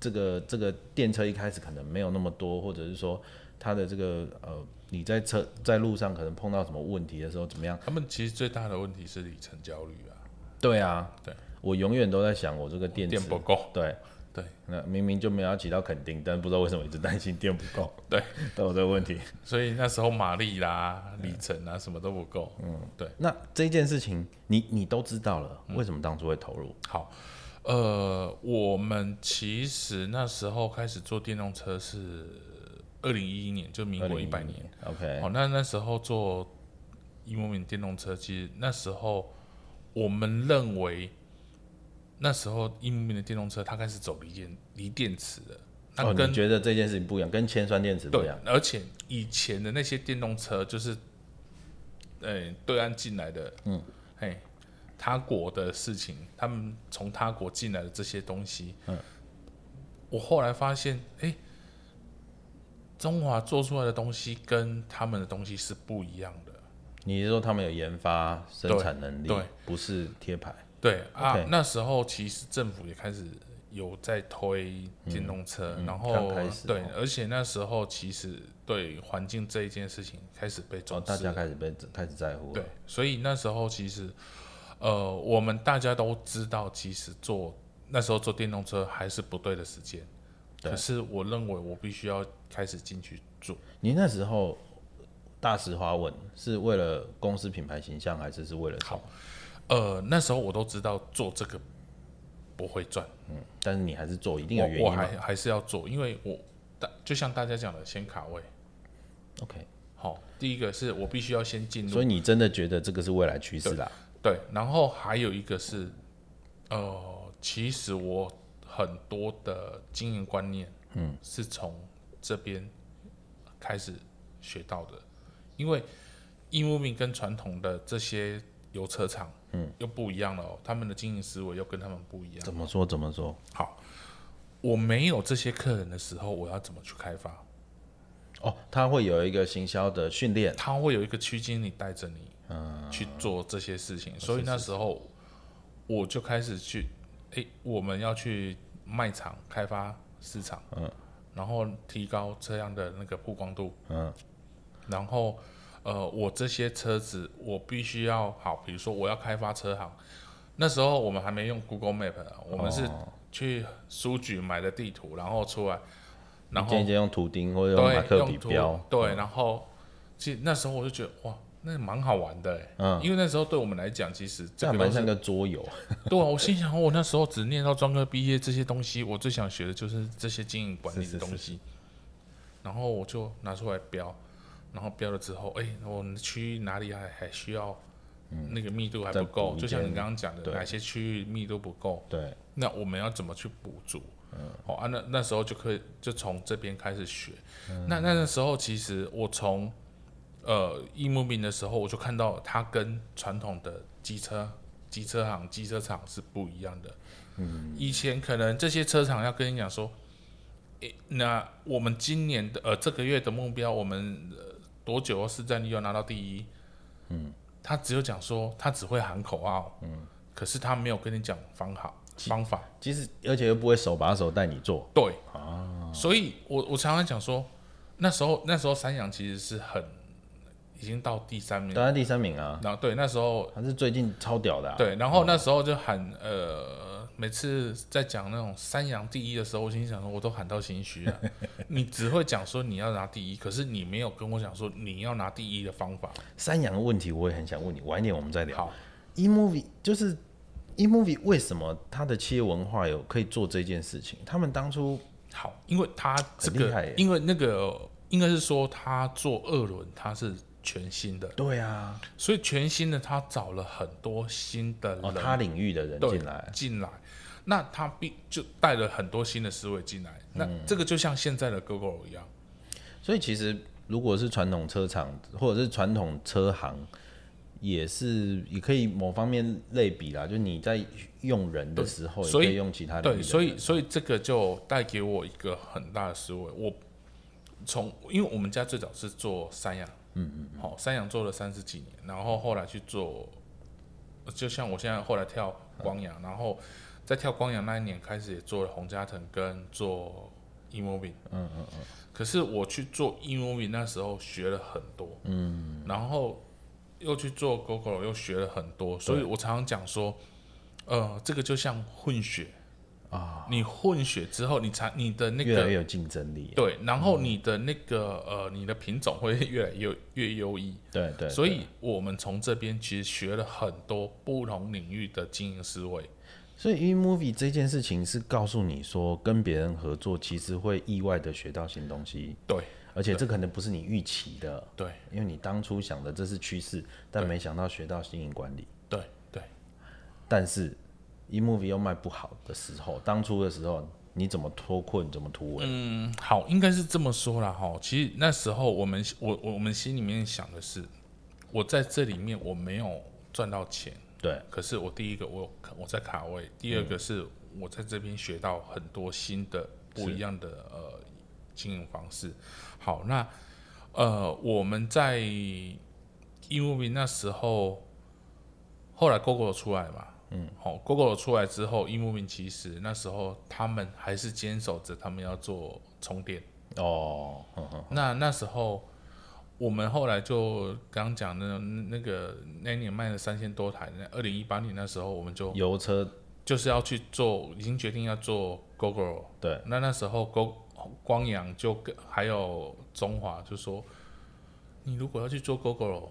Speaker 2: 这个这个电车一开始可能没有那么多，或者是说它的这个呃你在车在路上可能碰到什么问题的时候怎么样？
Speaker 3: 他们其实最大的问题是里程焦虑啊，
Speaker 2: 对啊，
Speaker 3: 对，
Speaker 2: 我永远都在想我这个电池
Speaker 3: 电不够，
Speaker 2: 对
Speaker 3: 对，
Speaker 2: 那明明就没有要骑到垦丁，但不知道为什么一直担心电不够，
Speaker 3: 对，
Speaker 2: 都有这个问题。
Speaker 3: 所以那时候马力啦、里程啊什么都不够。嗯，对，
Speaker 2: 那这件事情你你都知道了，
Speaker 3: 嗯
Speaker 2: 为什么当初会投入？
Speaker 3: 好，呃，我们其实那时候开始做电动车是二零一一年，就民国一百年。哦
Speaker 2: ，OK，
Speaker 3: 好，那那时候做一莫名电动车，其实那时候我们认为，那时候一莫名的电动车它开始走锂电锂电池了，那
Speaker 2: 哦，
Speaker 3: 跟
Speaker 2: 你觉得这件事情不一样，跟铅酸电池不一
Speaker 3: 对
Speaker 2: 样，，
Speaker 3: 而且以前的那些电动车就是，呃、对岸进来的，嗯，嘿，他国的事情，他们从他国进来的这些东西，嗯，我后来发现，哎、中华做出来的东西跟他们的东西是不一样的，
Speaker 2: 你是说他们有研发生产能力
Speaker 3: 对对，
Speaker 2: 不是贴牌？
Speaker 3: 对啊
Speaker 2: OK
Speaker 3: 那时候其实政府也开始有在推电动车，然
Speaker 2: 嗯
Speaker 3: 后
Speaker 2: 刚开始
Speaker 3: 对
Speaker 2: 哦，
Speaker 3: 而且那时候其实对环境这一件事情开始被重
Speaker 2: 哦，
Speaker 3: 视，
Speaker 2: 大家开始被开始在乎了
Speaker 3: 对，，所以那时候其实，呃，我们大家都知道，其实做那时候做电动车还是不对的时间。
Speaker 2: 对
Speaker 3: 可是我认为我必须要开始进去做。
Speaker 2: 你那时候大实话问，是为了公司品牌形象，还是是为了什么？
Speaker 3: 呃，那时候我都知道做这个不会赚，
Speaker 2: 但是你还是做，一定有原
Speaker 3: 我我
Speaker 2: 因嘛
Speaker 3: 还还是要做，因为我大就像大家讲的，先卡位。
Speaker 2: ？OK，
Speaker 3: 好，第一个是我必须要先进入
Speaker 2: 所以你真的觉得这个是未来趋势啦？
Speaker 3: 对，然后还有一个是，呃，其实我很多的经营观念，嗯，是从这边开始学到的，因为义务兵跟传统的这些油车厂，嗯，又不一样了哦，他们的经营思维又跟他们不一样。
Speaker 2: 怎么说怎么说？
Speaker 3: 好，我没有这些客人的时候，我要怎么去开发？
Speaker 2: 哦，他会有一个行销的训练，
Speaker 3: 他会有一个区间你带着你，去做这些事情。所以那时候我就开始去，诶，我们要去卖场开发市场，嗯，然后提高这样的那个曝光度，
Speaker 2: 嗯，
Speaker 3: 然后呃，我这些车子我必须要好，比如说我要开发车行，那时候我们还没用 Google Map，啊我们是去书局买的地图，然后出来，然
Speaker 2: 一
Speaker 3: 后
Speaker 2: 件一件用图钉或者用
Speaker 3: 对，
Speaker 2: 马克笔
Speaker 3: 用图
Speaker 2: 标，嗯
Speaker 3: 对，然后其实那时候我就觉得哇，那蛮好玩的欸
Speaker 2: 嗯
Speaker 3: 因为那时候对我们来讲，其实
Speaker 2: 这
Speaker 3: 这
Speaker 2: 样
Speaker 3: 个
Speaker 2: 蛮
Speaker 3: 东
Speaker 2: 像，
Speaker 3: 西
Speaker 2: 个桌游。
Speaker 3: 对啊，我心想我那时候只念到专科毕业这些东西，我最想学的就是这些经营管理
Speaker 2: 啊是是
Speaker 3: 的东西，然后我就拿出来标，然后标了之后，哎、我们区域哪里还还需要。那个密度还
Speaker 2: 嗯再
Speaker 3: 不够，
Speaker 2: 补一
Speaker 3: 就像你
Speaker 2: 点
Speaker 3: 刚刚讲的，
Speaker 2: 对
Speaker 3: 哪些区域密度不够，
Speaker 2: 对，
Speaker 3: 那我们要怎么去补足？哦啊，那那时候就可以就从这边开始学。那那那时候其实我从呃一木民的时候，我就看到它跟传统的机车、机车行、机车厂是不一样的。嗯，以前可能这些车厂要跟你讲说，诶，那我们今年的呃这个月的目标，我们、呃、多久市占率要拿到第一？嗯，他只有讲说，他只会喊口号。嗯，可是他没有跟你讲方法方法。
Speaker 2: 其实而且又不会手把手带你做，
Speaker 3: 对
Speaker 2: 啊
Speaker 3: 所以我我常常讲说，那时候那时候三阳其实是很已经到第三名，
Speaker 2: 当然第三名啊，
Speaker 3: 然后对那时候
Speaker 2: 他是最近超屌的、啊。，
Speaker 3: 对，然后那时候就喊呃，每次在讲那种三阳第一的时候，我心想说我都喊到心 虚了，你只会讲说你要拿第一，可是你没有跟我讲说你要拿第一的方法。
Speaker 2: 三阳的问题我也很想问你，晚一点我们再聊。
Speaker 3: 好，
Speaker 2: eMovie 就是 eMovie 为什么它的企业文化有可以做这件事情？他们当初
Speaker 3: 好，因为他这
Speaker 2: 很厉害耶
Speaker 3: 个，因为那个应该是说他做二轮他是全新的，
Speaker 2: 对啊，
Speaker 3: 所以全新的他找了很多新的人。
Speaker 2: 哦，他领域的人
Speaker 3: 对
Speaker 2: 进来，
Speaker 3: 进来，那他必就带了很多新的思维进来。那这个就像现在的 Google 一样，
Speaker 2: 所以其实如果是传统车厂或者是传统车行，也是也可以某方面类比啦，就你在用人的时候，也可
Speaker 3: 所以
Speaker 2: 以用其他领域的
Speaker 3: 对，
Speaker 2: 人啊
Speaker 3: 所以所以这个就带给我一个很大的思维。我从因为我们家最早是做三洋，嗯嗯，好、三洋做了三十几年，然后后来去做，就像我现在后来跳光阳，然后在跳光阳那一年开始也做了洪家腾跟做 e m o b i 嗯嗯嗯。可是我去做 e m o b i 那时候学了很多，嗯，然后又去做 Google 又学了很多，所以我常常讲说。呃，这个就像混血啊，你混血之后，你才你的那
Speaker 2: 越嗯来
Speaker 3: 个
Speaker 2: 越有竞争力。
Speaker 3: 对，然后你的那个、呃，你的品种会越来越越优异。
Speaker 2: 对对，
Speaker 3: 所
Speaker 2: 对
Speaker 3: 以我们从这边其实学了很多不同领域的经营思维。
Speaker 2: 所以 eMovie 这件事情是告诉你说，跟别人合作其实会意外的学到新东西，
Speaker 3: 对
Speaker 2: 而且这可能不是你预期的，
Speaker 3: 对
Speaker 2: 因为你当初想的这是趋势，但没想到学到经营管理。
Speaker 3: 对对，
Speaker 2: 但是 eMovie 又卖不好的时候，当初的时候你怎么脱困，怎么突围？
Speaker 3: 嗯，好，应该是这么说啦哈。其实那时候我们我我我们心里面想的是，我在这里面我没有赚到钱，
Speaker 2: 对，
Speaker 3: 可是我第一个我有我在卡位，第二个是我在这边学到很多新的不一样的呃经营方式。好，那呃我们在 e m o b 那时候，后来 GoGo 出来嘛，嗯，好、g o g o 出来之后 e m o b 其实那时候他们还是坚守着他们要做充电。
Speaker 2: 哦，呵呵
Speaker 3: 那那时候我们后来就刚讲的那个那一年卖了三千多台，那二零一八年那时候我们就
Speaker 2: 油车
Speaker 3: 就是要去做，已经决定要做 GoGo。
Speaker 2: 对，
Speaker 3: 那那时候 Go 光阳就跟还有中华就说，你如果要去做 GoGo，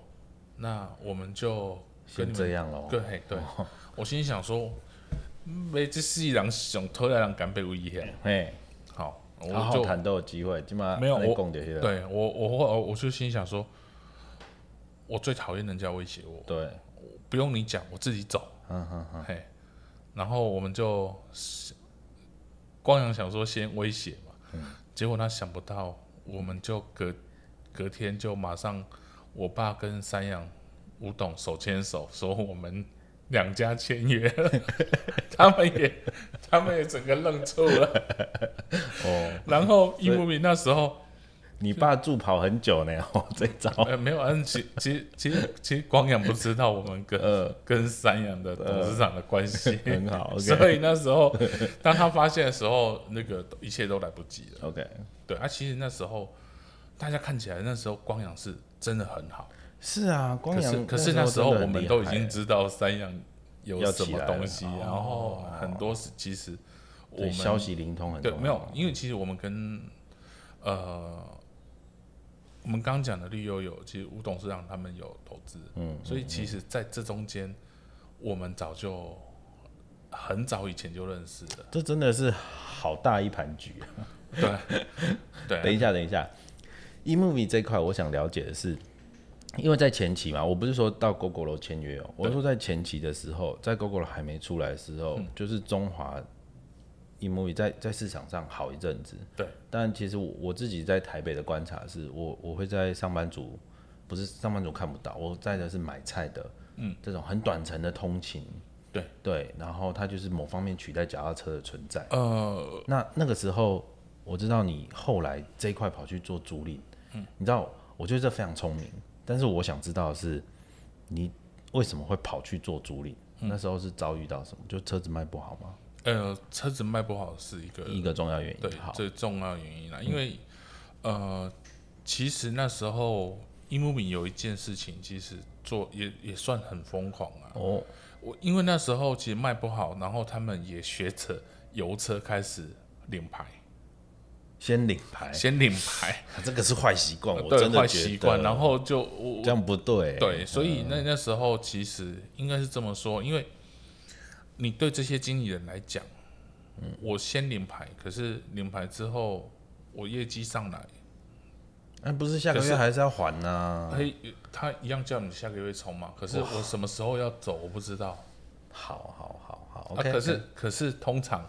Speaker 3: 那我们就跟
Speaker 2: 先
Speaker 3: 你
Speaker 2: 这
Speaker 3: 们
Speaker 2: 样咯。
Speaker 3: 对嘿对，我心想说，嗯没这世人想偷来人敢被威胁，
Speaker 2: 嘿，
Speaker 3: 好，我
Speaker 2: 好好
Speaker 3: 就
Speaker 2: 谈都有机会，起码
Speaker 3: 没有我
Speaker 2: 共些的，
Speaker 3: 对我，我后来我就心想说，我最讨厌人家威胁我，
Speaker 2: 对，
Speaker 3: 不用你讲，我自己走。
Speaker 2: 嗯嗯嗯，
Speaker 3: 嘿，然后我们就光阳想说先威胁嘛，结果他想不到，我们就隔隔天就马上，我爸跟三阳吴董手牵手说我们两家签约了， 他们也他们也整个愣住了，
Speaker 2: 哦，
Speaker 3: 然后伊木明那时候。
Speaker 2: 你爸助跑很久呢，哦，这招，
Speaker 3: 呃，没有，嗯，其其实其实其实光阳不知道我们跟、
Speaker 2: 呃
Speaker 3: 跟三阳的董事长的关系、
Speaker 2: 很好，OK
Speaker 3: 所以那时候当他发现的时候，那个一切都来不及了。
Speaker 2: ，OK，
Speaker 3: 对啊，其实那时候大家看起来那时候光阳是真的很好，
Speaker 2: 是啊，光
Speaker 3: 可是
Speaker 2: 阳，
Speaker 3: 可是
Speaker 2: 那
Speaker 3: 那时候
Speaker 2: 真的
Speaker 3: 我
Speaker 2: 很
Speaker 3: 们
Speaker 2: 厉
Speaker 3: 都已
Speaker 2: 害欸
Speaker 3: 经知道三阳有
Speaker 2: 要
Speaker 3: 什
Speaker 2: 起
Speaker 3: 么
Speaker 2: 来了
Speaker 3: 东西，
Speaker 2: 哦
Speaker 3: 然后很多是其实我
Speaker 2: 对啊
Speaker 3: 们
Speaker 2: 消息灵通很
Speaker 3: 对
Speaker 2: 重要，
Speaker 3: 没有，因为其实我们跟呃，我们刚讲的绿油油，其实吴董事长他们有投资，
Speaker 2: 嗯，
Speaker 3: 所以其实在这中间，我们早就很早以前就认识了。
Speaker 2: 这真的是好大一盘局啊。
Speaker 3: 对，
Speaker 2: 等
Speaker 3: 对啊
Speaker 2: 一下，等一下，eMovie 这块我想了解的是，因为在前期嘛，我不是说到 GoGoRo 签约哦、我是说在前期的时候，在 GoGoRo 还没出来的时候，
Speaker 3: 嗯
Speaker 2: 就是中华 eMovie 在在市场上好一阵子。
Speaker 3: 对，
Speaker 2: 但其实我我自己在台北的观察是，我我会在上班族，不是上班族看不到，我在的是买菜的，嗯，这种很短程的通勤。
Speaker 3: 对
Speaker 2: 对，然后它就是某方面取代脚踏车的存在。
Speaker 3: 呃，
Speaker 2: 那那个时候，我知道你后来这一块跑去做租赁，嗯，你知道，我觉得这非常聪明。但是我想知道的是，你为什么会跑去做租赁？
Speaker 3: 嗯
Speaker 2: 那时候是遭遇到什么？就车子卖不好吗？
Speaker 3: 呃，车子卖不好是一个
Speaker 2: 一嗯个重要原
Speaker 3: 呃对
Speaker 2: 因。好，
Speaker 3: 最重要的原因啦，因为、呃，其实那时候伊木米有一件事情，其实做也也算很疯狂啊。
Speaker 2: 哦，
Speaker 3: 我因为那时候其实卖不好，然后他们也学着油车开始领牌，
Speaker 2: 先领牌，
Speaker 3: 先领牌，
Speaker 2: 啊这个是坏习惯，哎 我
Speaker 3: 对
Speaker 2: 真的
Speaker 3: 坏
Speaker 2: 觉
Speaker 3: 习
Speaker 2: 得
Speaker 3: 惯，然后就我
Speaker 2: 这样不对。嗯
Speaker 3: 对，所以那那时候其实应该是这么说，因为你对这些经理人来讲，我先领牌，可是领牌之后我业绩上来，
Speaker 2: 那不是下个
Speaker 3: 可
Speaker 2: 月
Speaker 3: 是哎
Speaker 2: 还是要还呐？
Speaker 3: 他他一样叫你下个月冲嘛，可是我什么时候要走我不知道，
Speaker 2: 好好好好
Speaker 3: 啊，
Speaker 2: ，OK。嗯
Speaker 3: 可是可是通常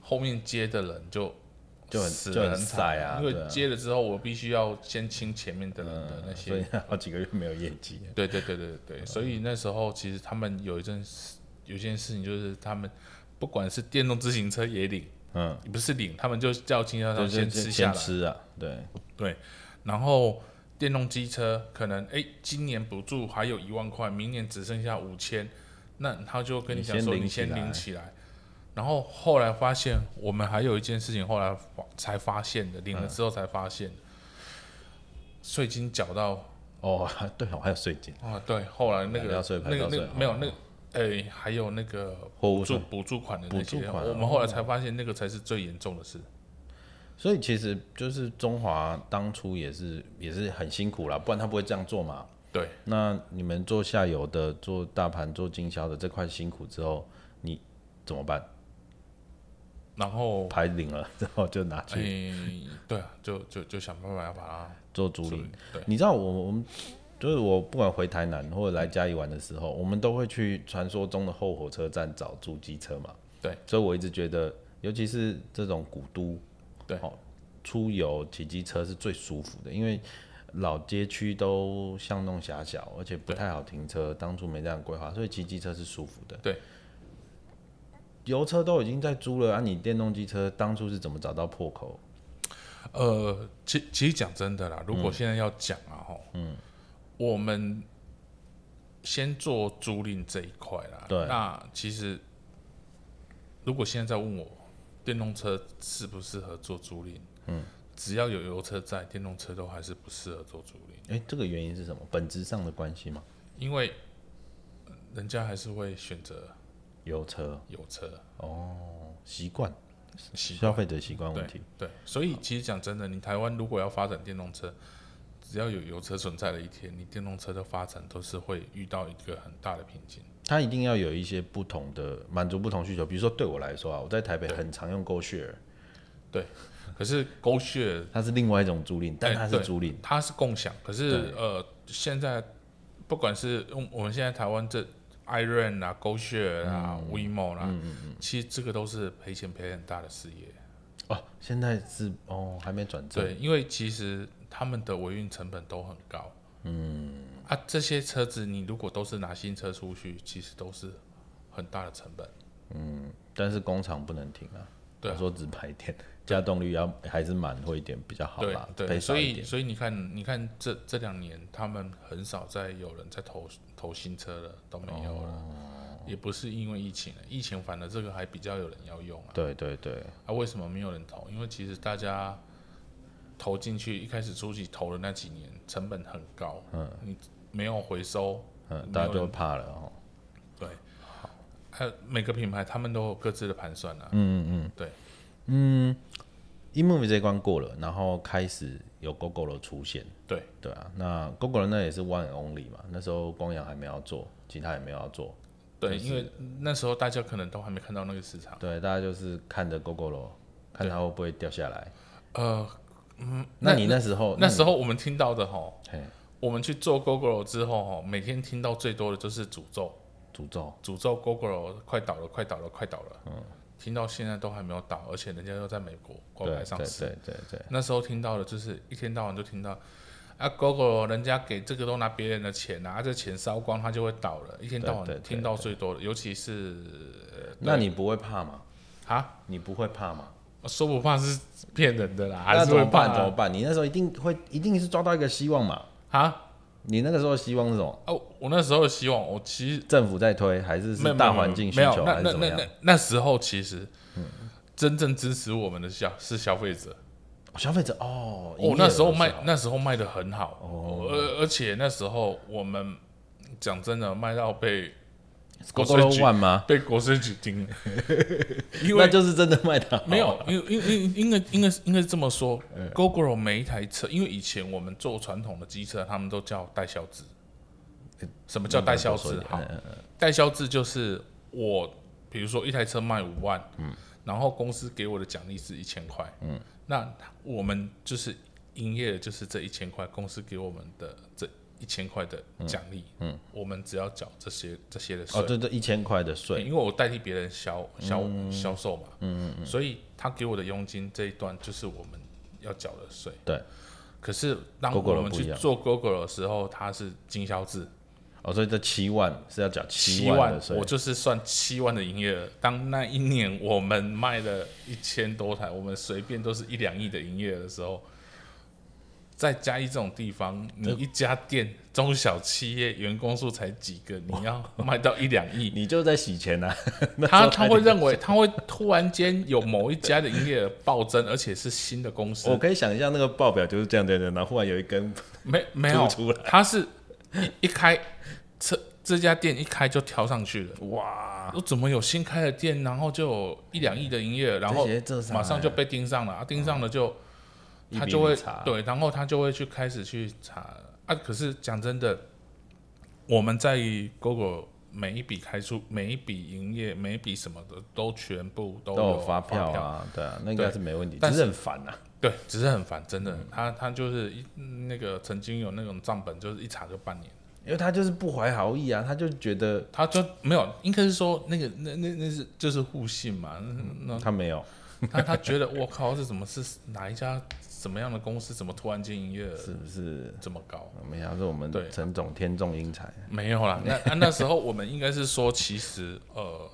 Speaker 3: 后面接的人就
Speaker 2: 就很
Speaker 3: 死
Speaker 2: 就
Speaker 3: 得
Speaker 2: 很
Speaker 3: 惨
Speaker 2: 晒啊
Speaker 3: 因
Speaker 2: 对啊
Speaker 3: 为接了之后我必须要先清前面的人的那
Speaker 2: 嗯
Speaker 3: 些
Speaker 2: 所以 嗯好几个月没有业绩。
Speaker 3: 对对对对对对，所以那时候其实他们有一件事，有一件事情就是他们不管是电动自行车也领，
Speaker 2: 嗯，
Speaker 3: 不是领，他们就叫经销
Speaker 2: 就
Speaker 3: 商
Speaker 2: 是
Speaker 3: 先吃
Speaker 2: 先
Speaker 3: 下来，
Speaker 2: 吃啊，对。
Speaker 3: 对，然后电动机车可能哎今年补助还有一万块，明年只剩下五千，那他就跟你讲说
Speaker 2: 你
Speaker 3: 你
Speaker 2: 先领起
Speaker 3: 先
Speaker 2: 来
Speaker 3: 领起来。然后后来发现，我们还有一件事情，后来发才发现的，领了之后才发现，税金缴到
Speaker 2: 哦， 对哦，还有税金，
Speaker 3: 啊，对，后来那
Speaker 2: 买到
Speaker 3: 个
Speaker 2: 税牌
Speaker 3: 那个
Speaker 2: 到
Speaker 3: 那
Speaker 2: 税
Speaker 3: 个
Speaker 2: 好
Speaker 3: 没有那个，哎，还有那个
Speaker 2: 货物
Speaker 3: 补助
Speaker 2: 税
Speaker 3: 补助款的
Speaker 2: 补
Speaker 3: 那
Speaker 2: 助
Speaker 3: 些，
Speaker 2: 款哦
Speaker 3: 我们后来才发现那个才是最严重的事。
Speaker 2: 所以其实就是中华当初也是也是很辛苦啦，不然他不会这样做嘛。
Speaker 3: 对，
Speaker 2: 那你们做下游的、做大盘、做经销的这块辛苦之后，你怎么办？
Speaker 3: 然后
Speaker 2: 牌领了之后就拿去
Speaker 3: 哎，对啊，就就就想办法要把它
Speaker 2: 做主
Speaker 3: 处
Speaker 2: 领
Speaker 3: 理。。对，
Speaker 2: 你知道我我们就是我不管回台南或者来嘉义玩的时候，我们都会去传说中的后火车站找租机车嘛。
Speaker 3: 对，
Speaker 2: 所以我一直觉得，尤其是这种古都，
Speaker 3: 对
Speaker 2: 哦，出游骑机车是最舒服的，因为老街区都巷弄狭小，而且不
Speaker 3: 对
Speaker 2: 太好停车，当初没这样规划，所以骑机车是舒服的。
Speaker 3: 对。
Speaker 2: 油车都已经在租了啊！你电动机车当初是怎么找到破口？
Speaker 3: 呃，其其实讲真的啦，如果现在要讲啊，吼，嗯，我们先做租赁这一块啦。
Speaker 2: 对
Speaker 3: 那其实如果现在在问我，电动车适不适合做租赁？嗯，只要有油车在，电动车都还是不适合做租赁，
Speaker 2: 哎、这个原因是什么？本质上的关系吗？
Speaker 3: 因为呃人家还是会选择
Speaker 2: 油车，
Speaker 3: 油车。
Speaker 2: 习惯，
Speaker 3: 习
Speaker 2: 消费者习惯问题。
Speaker 3: 对，所以其实讲真的，你台湾如果要发展电动车，只要有油车存在的一天，你电动车的发展都是会遇到一个很大的瓶颈。
Speaker 2: 它一定要有一些不同的满足不同需求，比如说对我来说啊，我在台北很常用 GoShare，
Speaker 3: 可是 GoShare
Speaker 2: 它是另外一种租赁，但它是租赁，
Speaker 3: 它是共享，可是呃，现在不管是用我们现在台湾这 Iron 啊、狗血啊、WeMo 啦，其实这个都是赔钱赔很大的事业。
Speaker 2: 哦，现在是哦还没转正，
Speaker 3: 对，因为其实他们的维运成本都很高。嗯，啊，这些车子你如果都是拿新车出去，其实都是很大的成本。
Speaker 2: 但是工厂不能停啊。
Speaker 3: 对啊
Speaker 2: 我说只排电，加动率要还是满会一点比较好
Speaker 3: 对
Speaker 2: 啦，
Speaker 3: 对，
Speaker 2: 赔少
Speaker 3: 所
Speaker 2: 一
Speaker 3: 以
Speaker 2: 点。
Speaker 3: 所以你看，你看这这两年，他们很少再有人在投投新车了，都没有了。
Speaker 2: 哦
Speaker 3: 也不是因为疫情了，疫情反而这个还比较有人要用啊。
Speaker 2: 对对对，
Speaker 3: 啊，为什么没有人投？因为其实大家投进去，一开始初期投的那几年成本很高，嗯，你没有回收，
Speaker 2: 嗯，
Speaker 3: 没
Speaker 2: 大家
Speaker 3: 有
Speaker 2: 就
Speaker 3: 人
Speaker 2: 怕了哦。
Speaker 3: 对，还有呃每个品牌他们都有各自的盘算啊，
Speaker 2: 嗯嗯，
Speaker 3: 对，
Speaker 2: 嗯，eMovie 这一关过了，然后开始有 GoGo 的出现，
Speaker 3: 对
Speaker 2: 对啊，那 GoGo 那也是 One and Only 嘛，那时候光阳还没有做，其他也没有要做，
Speaker 3: 对，因为那时候大家可能都还没看到那个市场，
Speaker 2: 对，大家就是看着 GoGo 看它会不会掉下来。
Speaker 3: 呃，
Speaker 2: 那你哦那时候
Speaker 3: 那时
Speaker 2: 候
Speaker 3: 候我们听到的吼，
Speaker 2: 嘿
Speaker 3: 我们去做 GoGo 之后吼，每天听到最多的就是诅咒，
Speaker 2: 诅咒，
Speaker 3: 诅咒 GoGo 快倒了，快倒了，快倒了，嗯，听到现在都还没有倒，而且人家又在美国挂
Speaker 2: 对
Speaker 3: 牌
Speaker 2: 对
Speaker 3: 上市，
Speaker 2: 对对对，
Speaker 3: 那时候听到的就是一天到晚就听到啊，GoGo 人家给这个都拿别人的钱啊，啊这钱烧光它就会倒了，一天到
Speaker 2: 对对
Speaker 3: 晚
Speaker 2: 对
Speaker 3: 听到最多的，尤其是
Speaker 2: 那你不会怕吗？
Speaker 3: 啊，
Speaker 2: 你不会怕吗？
Speaker 3: 说不怕是骗人的啦，
Speaker 2: 那
Speaker 3: 还是
Speaker 2: 怎么
Speaker 3: 会
Speaker 2: 办？
Speaker 3: 怕
Speaker 2: 怎么
Speaker 3: 啊
Speaker 2: 办？你那时候一定会，一定是抓到一个希望嘛？
Speaker 3: 啊
Speaker 2: 你那个时候的希望是什么？
Speaker 3: 哦，我那时候的希望，我其实
Speaker 2: 政府在推，还是
Speaker 3: 没
Speaker 2: 是
Speaker 3: 有
Speaker 2: 大环境需
Speaker 3: 没有
Speaker 2: 求，
Speaker 3: 那
Speaker 2: 还
Speaker 3: 那
Speaker 2: 是怎么
Speaker 3: 那
Speaker 2: 样
Speaker 3: 那？那时候其实真正支持我们的消是消费者，
Speaker 2: 哦消费者哦，营
Speaker 3: 我、
Speaker 2: 业额
Speaker 3: 那时候哦
Speaker 2: 是
Speaker 3: 卖
Speaker 2: 吧
Speaker 3: 那时候卖的很好，而、而且那时候我们讲真的卖到被国税
Speaker 2: GoGo
Speaker 3: 局
Speaker 2: One 吗？
Speaker 3: 被国税局盯了，哦因
Speaker 2: 那
Speaker 3: 为
Speaker 2: 就是真的卖的，
Speaker 3: 没有，因为因为因为因为因为应该这么说，GoGo 每一台车，因为以前我们做传统的机车，他们都叫代销制。什么叫代销制？好，代销制就是我，比如说一台车卖五万，嗯，然后公司给我的奖励是一千块，嗯，那我们就是营业的就是这一千块，公司给我们的这一千块的奖励，嗯，我们只要缴这些这些的税
Speaker 2: 哦，，对对，一千块的税，
Speaker 3: 因为我代替别人销销销售嘛，嗯嗯，所以他给我的佣金这一段就是我们要缴的税。
Speaker 2: 对，
Speaker 3: 可是当
Speaker 2: Gogoro
Speaker 3: 我们
Speaker 2: 不一
Speaker 3: 去
Speaker 2: 样
Speaker 3: 做 GoGo 的时候，它是经销制，
Speaker 2: 哦，所以这七万是要缴
Speaker 3: 七
Speaker 2: 万
Speaker 3: 万
Speaker 2: 的，税
Speaker 3: 我，就是算七万的营业额。当那一年我们卖了一千多台，我们随便都是一两亿的营业额的时候，在嘉义这种地方，你一家店中小企业员工数才几个，你要卖到一两 亿，
Speaker 2: 你就在洗钱呐。那时
Speaker 3: 他
Speaker 2: 候
Speaker 3: 他
Speaker 2: 才
Speaker 3: 会认为他会突然间有某一家的营业额暴增，而且是新的公
Speaker 2: 我
Speaker 3: 司，
Speaker 2: 可以想象那个报表就是这样这样，这样然后忽然有一根，
Speaker 3: 没没有
Speaker 2: 吐出来，
Speaker 3: 他是一一开这这家店一开就跳上去了。
Speaker 2: 哇，
Speaker 3: 我怎么有新开的店，然后就有一两亿的营业额，然后
Speaker 2: 这些这上
Speaker 3: 马上就被盯上了，啊，盯上了就他就
Speaker 2: 一
Speaker 3: 会
Speaker 2: 笔一查
Speaker 3: 对，然后他就会去开始去查啊。可是讲真的，我们在 Google 每一笔开出、每一笔营业、每一笔什么的，都全部都
Speaker 2: 都有
Speaker 3: 发
Speaker 2: 发票啊，对啊，那应该是没问题，
Speaker 3: 但
Speaker 2: 只
Speaker 3: 是
Speaker 2: 是很烦呐。
Speaker 3: 对，只是很烦，真
Speaker 2: 嗯
Speaker 3: 的。他他就是一那个曾经有那种账本，就是一查就半年。
Speaker 2: 因为他就是不怀好意啊，他就觉得
Speaker 3: 他就没有，应该是说那个那那那是就是互信嘛，那
Speaker 2: 他没有，
Speaker 3: 他他觉得我靠，这怎么是哪一家什么样的公司，怎么突然间营业额
Speaker 2: 是不是？
Speaker 3: 这么高？
Speaker 2: 没想到是我们
Speaker 3: 对
Speaker 2: 陈总天纵英才，
Speaker 3: 没有啦，那、啊、那时候我们应该是说，其实呃，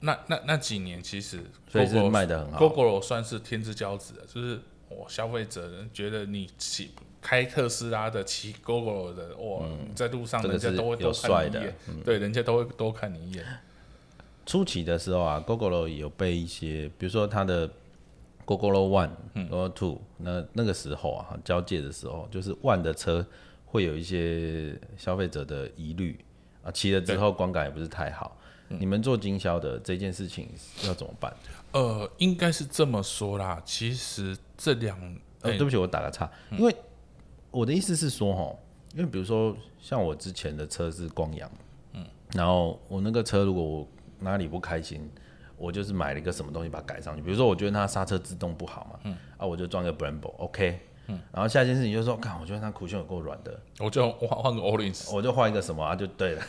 Speaker 3: 那那那几年其实
Speaker 2: 所以是
Speaker 3: Gogoro-
Speaker 2: 卖得很好
Speaker 3: Gogoro 算是天之骄子的，啊就是我消费者觉得你骑开特斯拉的、骑 Gogoro 的，哇，你在路上
Speaker 2: 这个
Speaker 3: 人家
Speaker 2: 是
Speaker 3: 都会
Speaker 2: 有
Speaker 3: 多看
Speaker 2: 帅
Speaker 3: 你一
Speaker 2: 嗯的嗯
Speaker 3: 眼，对，人家都会多看你一眼。
Speaker 2: 初期的时候啊，GoGoRo 有被一些，比如说它的 GoGoRo One、GoGoRo Two，那那个时候啊，交界的时候，就是 One 的车会有一些消费者的疑虑啊，骑了之后观感也不是太好。你们做经销的这件事情要怎么办？
Speaker 3: 呃，应该是这么说啦，其实这两
Speaker 2: 呃，
Speaker 3: 哎
Speaker 2: 对不起，嗯我打个岔，因为我的意思是说，哈，因为比如说像我之前的车是光阳，嗯，然后我那个车如果我哪里不开心，我就是买了一个什么东西把它改上去，比如说我觉得它刹车制动不好嘛，嗯，啊，我就装个 Brembo，OK，、嗯，然后下一件事情就是说，看，我觉得它苦胸有够软的，
Speaker 3: 我就换换个 Orange，
Speaker 2: 我就换一个什么啊，就对了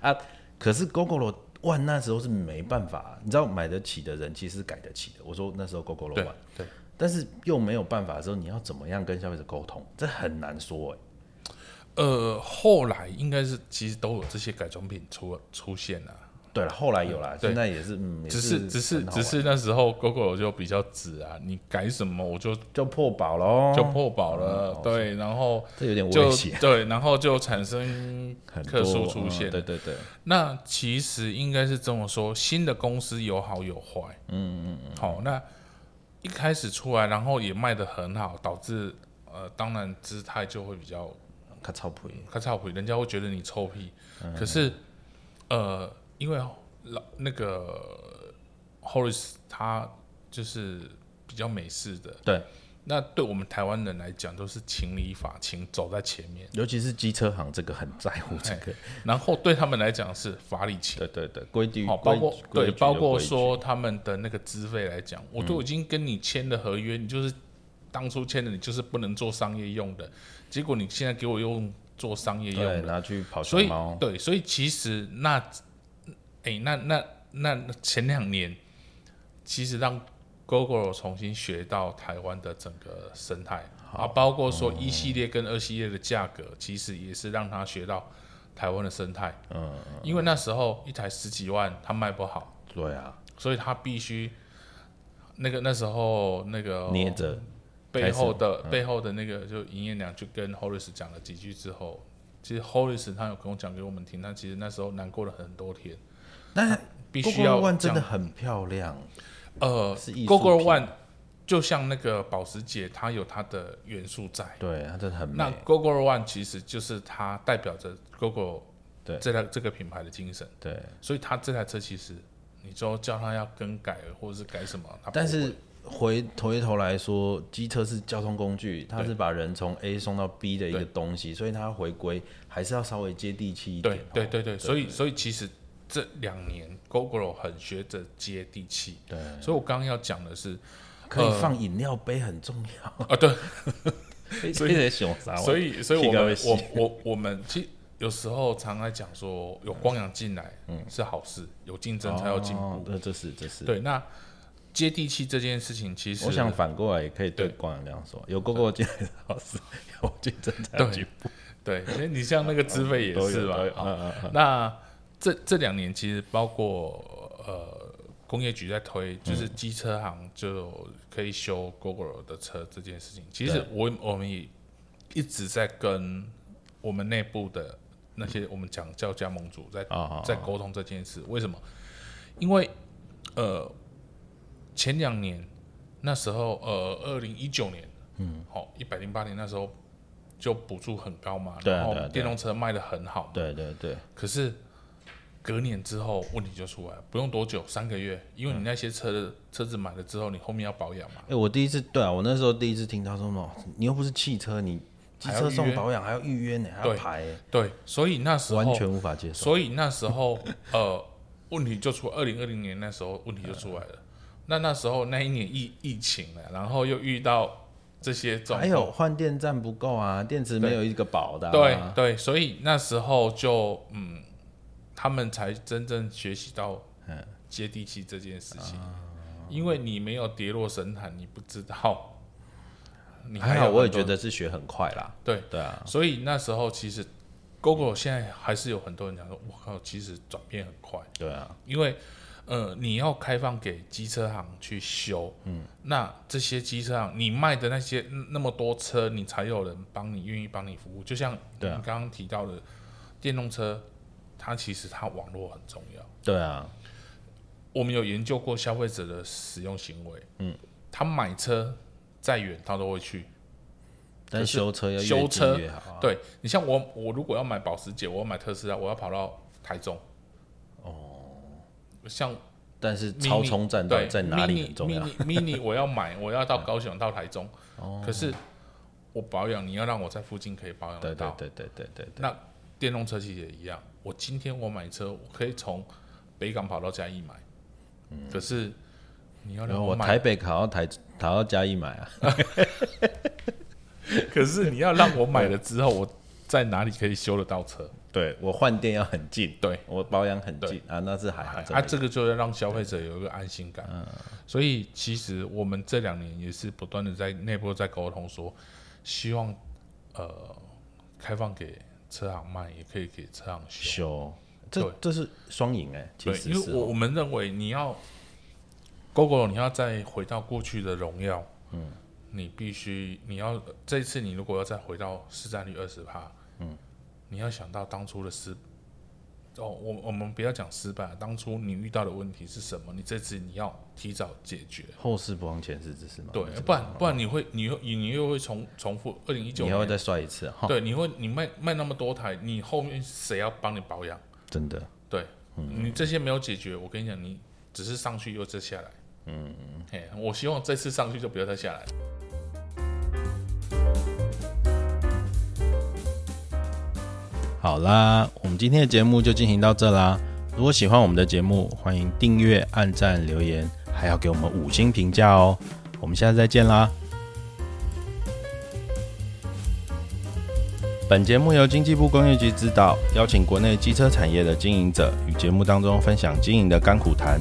Speaker 2: 啊。可是 GoGoRo One 那时候是没办法，你知道买得起的人其实是改得起的。我说那时候 GoGoRo
Speaker 3: 对
Speaker 2: One，
Speaker 3: 对，
Speaker 2: 但是又没有办法的时候，你要怎么样跟消费者沟通？这很难说哎、
Speaker 3: 呃，后来应该是其实都有这些改装品出出现了、
Speaker 2: 对了，后来有啦，
Speaker 3: 对
Speaker 2: 现在也是，嗯，也
Speaker 3: 只是只是
Speaker 2: 很好
Speaker 3: 只
Speaker 2: 玩
Speaker 3: 是那时候 GoGo 就比较直啊，你改什么我就
Speaker 2: 就破保喽，
Speaker 3: 就破保了，
Speaker 2: 哦
Speaker 3: 对，然后
Speaker 2: 这有点
Speaker 3: 就
Speaker 2: 危 险，
Speaker 3: 对，然后就产生
Speaker 2: 很多
Speaker 3: 客诉出现
Speaker 2: 嗯。对对对，
Speaker 3: 那其实应该是这么说，新的公司有好有坏，嗯嗯嗯，好，那一开始出来，然后也卖得很好，导致呃，当然姿态就会比较
Speaker 2: 他超普
Speaker 3: 咔嚓皮，人家会觉得你臭屁。
Speaker 2: 嗯
Speaker 3: 可是，呃，因为老那个 Horace 他就是比较美式的，
Speaker 2: 对，
Speaker 3: 那对我们台湾人来讲都是情理法情，走在前面。
Speaker 2: 尤其是机车行这个很在乎这
Speaker 3: 哎
Speaker 2: 个，
Speaker 3: 然后对他们来讲是法理情，
Speaker 2: 对对对，规矩
Speaker 3: 好，哦包括
Speaker 2: 规规
Speaker 3: 对，
Speaker 2: 矩就嗯
Speaker 3: 包括
Speaker 2: 规矩
Speaker 3: 说他们的那个资费来讲，我都已经跟你签了合约，你就是当初签的，你就是不能做商业用的，结果你现在给我用做商业用
Speaker 2: 对
Speaker 3: 的，
Speaker 2: 拿去跑
Speaker 3: 所
Speaker 2: 熊
Speaker 3: 以
Speaker 2: 猫，
Speaker 3: 对，所以其实那，哎、那那那那前两年，其实让 GoGo 重新学到台湾的整个生态啊，包括说
Speaker 2: 嗯
Speaker 3: 一系列跟二系列的价格，其实也是让他学到台湾的生态。
Speaker 2: 嗯，
Speaker 3: 因为那时候一台十几万，他卖不好，
Speaker 2: 对啊，
Speaker 3: 所以他必须那个那时候那个
Speaker 2: 捏着
Speaker 3: 背后的、背后的那个，就营业娘就跟 Horace 讲了几句之后，其实 Horace 他有跟我讲给我们听，他其实那时候难过了很多天，
Speaker 2: 但
Speaker 3: 必须要
Speaker 2: One 真
Speaker 3: 这样
Speaker 2: 的很漂亮，
Speaker 3: 呃
Speaker 2: 是艺术
Speaker 3: g o g o
Speaker 2: 品
Speaker 3: One 就像那个保时捷，它有它的元素在。
Speaker 2: 对，它真的很
Speaker 3: 那
Speaker 2: 美，
Speaker 3: g o g o One 其实就是它代表着 g o g o
Speaker 2: 对
Speaker 3: 这台这个品牌的精神，
Speaker 2: 对。
Speaker 3: 所以它这台车其实你就叫它要更改或者是改什么，它不
Speaker 2: 但
Speaker 3: 会
Speaker 2: 是回回头来说，机车是交通工具，它
Speaker 3: 对
Speaker 2: 是把人从 A 送到 B 的一个
Speaker 3: 对
Speaker 2: 东西，所以它回归还是要稍微接地气一点
Speaker 3: 对
Speaker 2: 哦。
Speaker 3: 对对对，所以所以其实这两年 GoGo 很学着接地气，
Speaker 2: 对，
Speaker 3: 所以我刚刚要讲的是，
Speaker 2: 可以
Speaker 3: 呃
Speaker 2: 放饮料杯很重要。
Speaker 3: 啊，对，
Speaker 2: 所以熊啥？
Speaker 3: 所以所以我
Speaker 2: 气到
Speaker 3: 们
Speaker 2: 会死
Speaker 3: 我我我们其实有时候常来讲说，有光阳进来是好事，有竞争才有进
Speaker 2: 嗯哦
Speaker 3: 步。
Speaker 2: 对，这是这是。
Speaker 3: 对，那接地气这件事情，其实
Speaker 2: 我想反过来也可以对
Speaker 3: 对
Speaker 2: 光阳这样说：有过过进来 的好事，有竞争才有
Speaker 3: 对
Speaker 2: 进步。
Speaker 3: 对，因为你像那个资费也
Speaker 2: 都有
Speaker 3: 是吧啊
Speaker 2: 都有？
Speaker 3: 好
Speaker 2: 嗯嗯嗯
Speaker 3: 那这这两年其实包括呃工业局在推，
Speaker 2: 嗯
Speaker 3: 就是机车行就可以修 GoGo 的车这件事情。其实
Speaker 2: 对
Speaker 3: 我我们也一直在跟我们内部的那些我们讲叫加盟主在
Speaker 2: 哦哦哦
Speaker 3: 在沟通这件事。为什么？因为呃前两年那时候呃二零一九年嗯好一百零八年那时候。就补助很高嘛，
Speaker 2: 对啊
Speaker 3: 然后
Speaker 2: 对啊对啊
Speaker 3: 电动车卖的很好嘛，
Speaker 2: 对对对，
Speaker 3: 可是隔年之后问题就出来了，不用多久，三个月，因为你那些车的、车子买了之后，你后面要保养嘛。
Speaker 2: 哎，我第一次对啊，我那时候第一次听到说什么，你又不是汽车，你机车
Speaker 3: 还要预
Speaker 2: 送
Speaker 3: 约
Speaker 2: 保养还要预约呢，还要
Speaker 3: 对
Speaker 2: 排欸，
Speaker 3: 对，所以那时
Speaker 2: 完
Speaker 3: 候，
Speaker 2: 全无法接受。
Speaker 3: 所以那时候，呃，问题就出，二零二零年那时候问题就出来了。那那时候那一年疫疫情了，然后又遇到这些状
Speaker 2: 还
Speaker 3: 况，
Speaker 2: 有换电站不够啊，电池没有一个保的、
Speaker 3: 对
Speaker 2: 啊。
Speaker 3: 对，所以那时候就嗯，他们才真正学习到接地气这件事情，因为你没有跌落神坛，你不知道。你
Speaker 2: 还
Speaker 3: 有
Speaker 2: 好
Speaker 3: 很
Speaker 2: 哎我也
Speaker 3: 多
Speaker 2: 觉得是学很快啦。
Speaker 3: 对，
Speaker 2: 对啊，
Speaker 3: 所以那时候其实 GoGo 现在还是有很多人讲说，我靠，其实转变很快，
Speaker 2: 对啊，
Speaker 3: 因为呃，你要开放给机车行去修，嗯，那这些机车行你卖的那些嗯那么多车，你才有人帮你愿意帮你服务。就像你
Speaker 2: 对啊
Speaker 3: 刚刚提到的电动车，它其实它网络很重要。
Speaker 2: 对啊，
Speaker 3: 我们有研究过消费者的使用行为，嗯，他买车再远他都会去，
Speaker 2: 但修车要越
Speaker 3: 修车
Speaker 2: 近越好啊。
Speaker 3: 对你像我，我如果要买保时捷，我要买特斯拉，我要跑到台中。哦，像
Speaker 2: 但是
Speaker 3: mini-
Speaker 2: 超充站到底
Speaker 3: 对
Speaker 2: 在哪里很重要。
Speaker 3: mini mini mini 我要买，我要到高雄到台中。哦，可是我保养，你要让我在附近可以保养
Speaker 2: 对
Speaker 3: 得
Speaker 2: 对
Speaker 3: 到。
Speaker 2: 对对对对对，
Speaker 3: 那电动车其实也一样，我今天我买车，我可以从北港跑到嘉义买，可是你要
Speaker 2: 然
Speaker 3: 让
Speaker 2: 嗯后我
Speaker 3: 买
Speaker 2: 台北考到台考到嘉义买啊，
Speaker 3: 可是你要让我买了之后，我在哪里可以修得到车？
Speaker 2: 对我换电要很近，
Speaker 3: 对
Speaker 2: 我保养很近啊，那是还好。嗯
Speaker 3: 啊，这个就要让消费者有一个安心感。所以其实我们这两年也是不断的在内部在沟通说，希望呃开放给车行卖，也可以给车行修。
Speaker 2: 修，这
Speaker 3: 对
Speaker 2: 这是双赢哎，其
Speaker 3: 对，
Speaker 2: 实
Speaker 3: 因为
Speaker 2: 是
Speaker 3: 我我
Speaker 2: 哦
Speaker 3: 们认为你要 GoGo，你要再回到过去的荣耀，嗯，你必须你要这一次你如果要再回到市占率二十趴，嗯，你要想到当初的失。哦，我我们不要讲失败，当初你遇到的问题是什么？你这次你要提早解决，
Speaker 2: 后事不忘前事之师嘛。
Speaker 3: 对，不然不然你会你又你又会重重复二零一九
Speaker 2: 嗯你还会哦
Speaker 3: 年，
Speaker 2: 再摔一次啊哈，
Speaker 3: 对，你会你卖卖那么多台，你后面谁要帮你保养？
Speaker 2: 真的
Speaker 3: 对，你这些没有解决，我跟你讲，你只是上去又再下来。嗯，嘿，我希望这次上去就不要再下来。
Speaker 2: 好啦，我们今天的节目就进行到这啦。如果喜欢我们的节目，欢迎订阅、按赞、留言，还要给我们五星评价哦。我们下次再见啦。本节目由经济部工业局指导，邀请国内机车产业的经营者与节目当中分享经营的甘苦谈，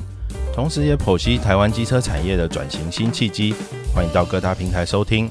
Speaker 2: 同时也剖析台湾机车产业的转型新契机。欢迎到各大平台收听，